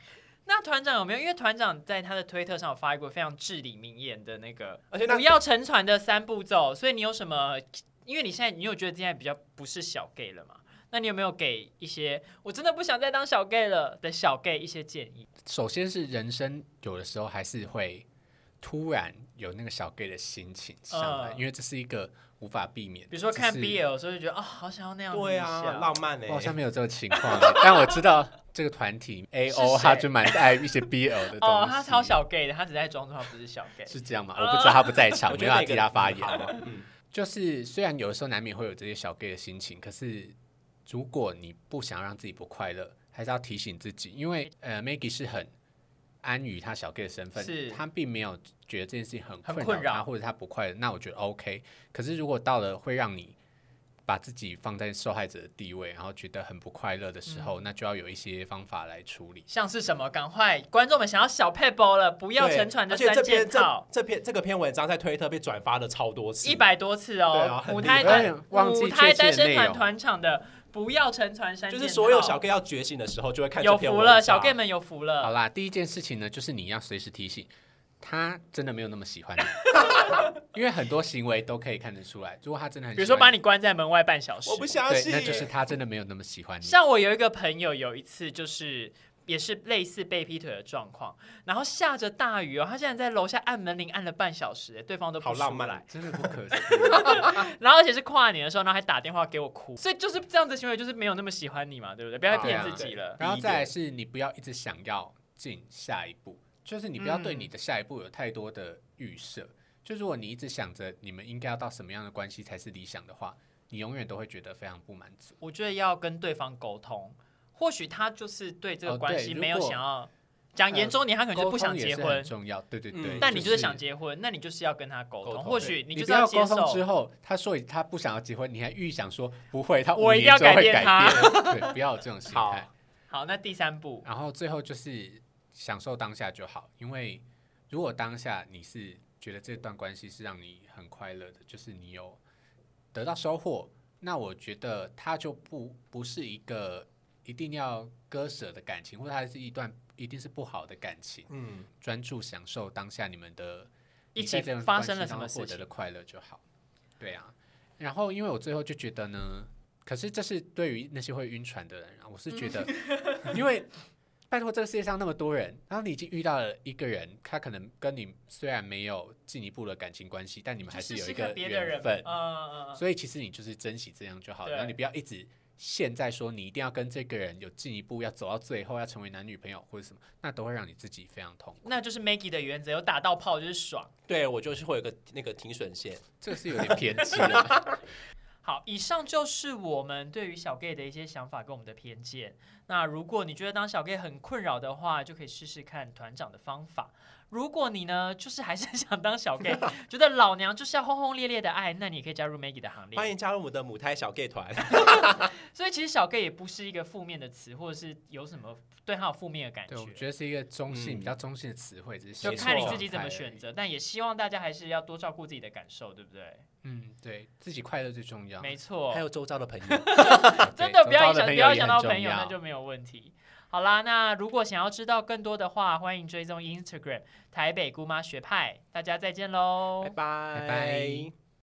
[SPEAKER 2] 那团长有没有？因为团长在他的推特上有发一个非常至理名言的那个
[SPEAKER 4] 而且那
[SPEAKER 2] 不要沉船的三步骤，所以你有什么？因为你现在你有觉得现在比较不是小 gay 了嘛？那你有没有给一些我真的不想再当小 gay 了的小 gay 一些建议？
[SPEAKER 3] 首先是人生有的时候还是会突然有那个小 gay 的心情上来，
[SPEAKER 2] 嗯
[SPEAKER 3] 因为这是一个无法避免的。
[SPEAKER 2] 比如说看
[SPEAKER 3] 只是
[SPEAKER 2] BL 的时候就觉得啊、好想要那样子
[SPEAKER 4] 对
[SPEAKER 2] 一下
[SPEAKER 4] 啊，浪漫呢、
[SPEAKER 3] 我好像没有这个情况欸，但我知道这个团
[SPEAKER 4] [laughs]
[SPEAKER 3] 体 A
[SPEAKER 2] 谁
[SPEAKER 3] O 他就蛮爱一些 B L 的东西。
[SPEAKER 2] 哦，他超小 gay 的，他只是在装作他不是小 gay。
[SPEAKER 3] 是这样吗？我不知道他不在场，
[SPEAKER 4] 哦 [laughs] 我
[SPEAKER 3] 没
[SPEAKER 4] 觉
[SPEAKER 3] 有
[SPEAKER 4] 得
[SPEAKER 3] 办法
[SPEAKER 4] 每个
[SPEAKER 3] 替他发
[SPEAKER 4] 好
[SPEAKER 3] 言。啊
[SPEAKER 4] 嗯，
[SPEAKER 3] 就是虽然有的时候难免会有这些小 gay 的心情，可是如果你不想让自己不快乐，还是要提醒自己，因为呃，Maggie 是很安于他小 gay 的身份
[SPEAKER 2] 嗯是，
[SPEAKER 3] 他并没有觉得这件事情很
[SPEAKER 2] 很
[SPEAKER 3] 困
[SPEAKER 2] 困
[SPEAKER 3] 扰他
[SPEAKER 2] 扰
[SPEAKER 3] 或者他不快乐，那我觉得 OK。可是如果到了会让你把自己放在受害者的地位，然后觉得很不快乐
[SPEAKER 2] 嗯
[SPEAKER 3] 的时候，那就要有一些方法来处理。
[SPEAKER 2] 像是什么？赶快，观众们想要小 p e b l 了，不要
[SPEAKER 4] 对
[SPEAKER 2] 沉船的
[SPEAKER 4] 而且
[SPEAKER 2] 三
[SPEAKER 4] 这
[SPEAKER 2] 件
[SPEAKER 4] 篇这
[SPEAKER 2] 套，
[SPEAKER 4] 这篇这个篇文章在推特被转发了超多次，
[SPEAKER 2] 一百多次
[SPEAKER 4] 对
[SPEAKER 2] 哦
[SPEAKER 4] 啊。很
[SPEAKER 2] 母
[SPEAKER 4] 厉
[SPEAKER 2] 胎
[SPEAKER 4] 害
[SPEAKER 2] 单
[SPEAKER 3] 忘记
[SPEAKER 2] 母胎
[SPEAKER 3] 确切的
[SPEAKER 2] 单身
[SPEAKER 3] 内
[SPEAKER 2] 团
[SPEAKER 3] 容
[SPEAKER 2] 团场的不要沉船三件
[SPEAKER 4] 就
[SPEAKER 2] 套，
[SPEAKER 4] 是所有小 gay 要觉醒的时候就会看这
[SPEAKER 2] 有
[SPEAKER 4] 篇
[SPEAKER 2] 福
[SPEAKER 4] 文
[SPEAKER 2] 了，
[SPEAKER 4] 章
[SPEAKER 2] 小 gay 们有福了
[SPEAKER 3] 好。啦，第一件事情呢，就是你要随时提醒他真的没有那么喜欢你， [laughs] 因为很多行为都可以看得出来。如果他真的很喜
[SPEAKER 2] 比
[SPEAKER 3] 欢，
[SPEAKER 2] 如说把你关在门外半小时，
[SPEAKER 4] 我不相
[SPEAKER 3] 对，
[SPEAKER 4] 信，
[SPEAKER 3] 那就是他真的没有那么喜欢你。
[SPEAKER 2] 像我有一个朋友，有一次就是也是类似被劈腿的状况，然后下着大雨哦，他竟然在楼下按门铃按了半小时，哎对方都不
[SPEAKER 4] 好浪
[SPEAKER 2] 出
[SPEAKER 4] 漫
[SPEAKER 2] 来，
[SPEAKER 3] 真的不可思议，
[SPEAKER 2] [laughs] 然后而且是跨年的时候，然后还打电话给我哭，所以就是这样子行为，就是没有那么喜欢你嘛，对不对？不要再骗
[SPEAKER 4] 啊
[SPEAKER 2] 自己了。
[SPEAKER 3] 然后再来是你不要一直想要进下一步，就是你不要对你
[SPEAKER 2] 嗯
[SPEAKER 3] 的下一步有太多的预设。就如果你一直想着你们应该要到什么样的关系才是理想的话，你永远都会觉得非常不满足。
[SPEAKER 2] 我觉得要跟对方沟通，或许他就是对这个
[SPEAKER 3] 哦
[SPEAKER 2] 关
[SPEAKER 3] 对
[SPEAKER 2] 系
[SPEAKER 3] 如
[SPEAKER 2] 没有
[SPEAKER 3] 果呃
[SPEAKER 2] 想要讲严重点，他可能就
[SPEAKER 3] 沟
[SPEAKER 2] 不想
[SPEAKER 3] 通也
[SPEAKER 2] 结
[SPEAKER 3] 是很
[SPEAKER 2] 婚，
[SPEAKER 3] 重要，对对
[SPEAKER 4] 嗯
[SPEAKER 3] 对。
[SPEAKER 2] 但你就是
[SPEAKER 3] 是
[SPEAKER 2] 想结婚，那你就是要跟他沟
[SPEAKER 4] 沟
[SPEAKER 2] 通，
[SPEAKER 4] 通
[SPEAKER 2] 或许
[SPEAKER 3] 你
[SPEAKER 2] 就是
[SPEAKER 3] 不要
[SPEAKER 2] 接
[SPEAKER 3] 沟通之
[SPEAKER 2] 受。
[SPEAKER 3] 后，他说他不想要结婚，你还预想说不会，他五
[SPEAKER 2] 我一定
[SPEAKER 3] 年
[SPEAKER 2] 要
[SPEAKER 3] 之后
[SPEAKER 2] 改
[SPEAKER 3] 会
[SPEAKER 2] 变
[SPEAKER 3] 改
[SPEAKER 2] 他
[SPEAKER 3] 变对，不要有这种心
[SPEAKER 4] 好
[SPEAKER 3] 态。
[SPEAKER 2] 好，那第三步，
[SPEAKER 3] 然后最后就是享受当下就好，因为如果当下你是觉得这段关系是让你很快乐的，就是你有得到收获，那我觉得它就不不是一个一定要割舍的感情，或者它是一段一定是不好的感情。
[SPEAKER 4] 嗯，
[SPEAKER 3] 专注享受当下你们的
[SPEAKER 2] 一
[SPEAKER 3] 你在
[SPEAKER 2] 起
[SPEAKER 3] 这段
[SPEAKER 2] 发
[SPEAKER 3] 关
[SPEAKER 2] 生
[SPEAKER 3] 系
[SPEAKER 2] 了什
[SPEAKER 3] 当
[SPEAKER 2] 么
[SPEAKER 3] 中获
[SPEAKER 2] 事
[SPEAKER 3] 得
[SPEAKER 2] 情
[SPEAKER 3] 的快乐就好。对啊，然后因为我最后就觉得呢，可是这是对于那些会晕船的人啊，我是觉得，
[SPEAKER 2] 嗯
[SPEAKER 3] [laughs]
[SPEAKER 2] [laughs]
[SPEAKER 3] 因为拜托这个世界上那么多人，然后你已经遇到了一个人，他可能跟你虽然没有进一步的感情关系，但你们还
[SPEAKER 2] 就是
[SPEAKER 3] 有一
[SPEAKER 2] 是
[SPEAKER 3] 个
[SPEAKER 2] 跟别的人
[SPEAKER 3] 缘，分
[SPEAKER 2] 嗯，嗯嗯嗯，
[SPEAKER 3] 所以其实你就是珍惜这样就好，
[SPEAKER 2] 对
[SPEAKER 3] 然后你不要一直现在说你一定要跟这个人有进一步，要走到最后，要成为男女朋友或者什么，那都会让你自己非常痛苦。
[SPEAKER 2] 那就是 Maggie 的原则，有打到炮就是爽。
[SPEAKER 4] 对我就是会有个那个停损线。
[SPEAKER 3] 这是有点偏激啊了。
[SPEAKER 2] 好，以上就是我们对于小 gay 的一些想法跟我们的偏见。那如果你觉得当小 gay 很困扰的话，就可以试试看团长的方法。如果你呢，就是还是 [laughs] 很想当小
[SPEAKER 4] [laughs]
[SPEAKER 2] gay，觉得老娘就是要轰轰烈烈的爱，那你也可以加入 Maggie 的行列。
[SPEAKER 4] 欢迎加入我们的母胎小 gay 团，
[SPEAKER 2] 所以其实小 gay 也不是一个负面的词，或者是有什么对他有负面的感
[SPEAKER 3] 对，我
[SPEAKER 2] 觉。
[SPEAKER 3] 觉得是一个中性、
[SPEAKER 4] 嗯
[SPEAKER 3] 比较中性的词汇，只是
[SPEAKER 2] 就
[SPEAKER 3] 写
[SPEAKER 2] 看
[SPEAKER 3] 错啊
[SPEAKER 2] 你
[SPEAKER 3] 状
[SPEAKER 2] 自己怎么
[SPEAKER 3] 态
[SPEAKER 2] 选
[SPEAKER 3] 而已。
[SPEAKER 2] 择，但也希望大家还是要多照顾自己的感受，对不对？
[SPEAKER 3] 嗯，对自己快乐最重要。
[SPEAKER 2] 没错，
[SPEAKER 4] 还有周遭的朋友。
[SPEAKER 3] 对
[SPEAKER 2] 真的
[SPEAKER 3] 周
[SPEAKER 2] 不要
[SPEAKER 3] 遭
[SPEAKER 2] 影响，
[SPEAKER 3] 朋
[SPEAKER 2] 不
[SPEAKER 3] 友
[SPEAKER 2] 要
[SPEAKER 3] 也
[SPEAKER 2] 影响
[SPEAKER 3] 很
[SPEAKER 2] 到
[SPEAKER 3] 重
[SPEAKER 2] 朋友，那
[SPEAKER 3] 要
[SPEAKER 2] 就没有问题。好啦，那如果想要知道更多的话，欢迎追踪 Instagram 台北姑妈学派。大家再见喽，
[SPEAKER 4] [laughs] 拜拜，
[SPEAKER 3] 拜拜。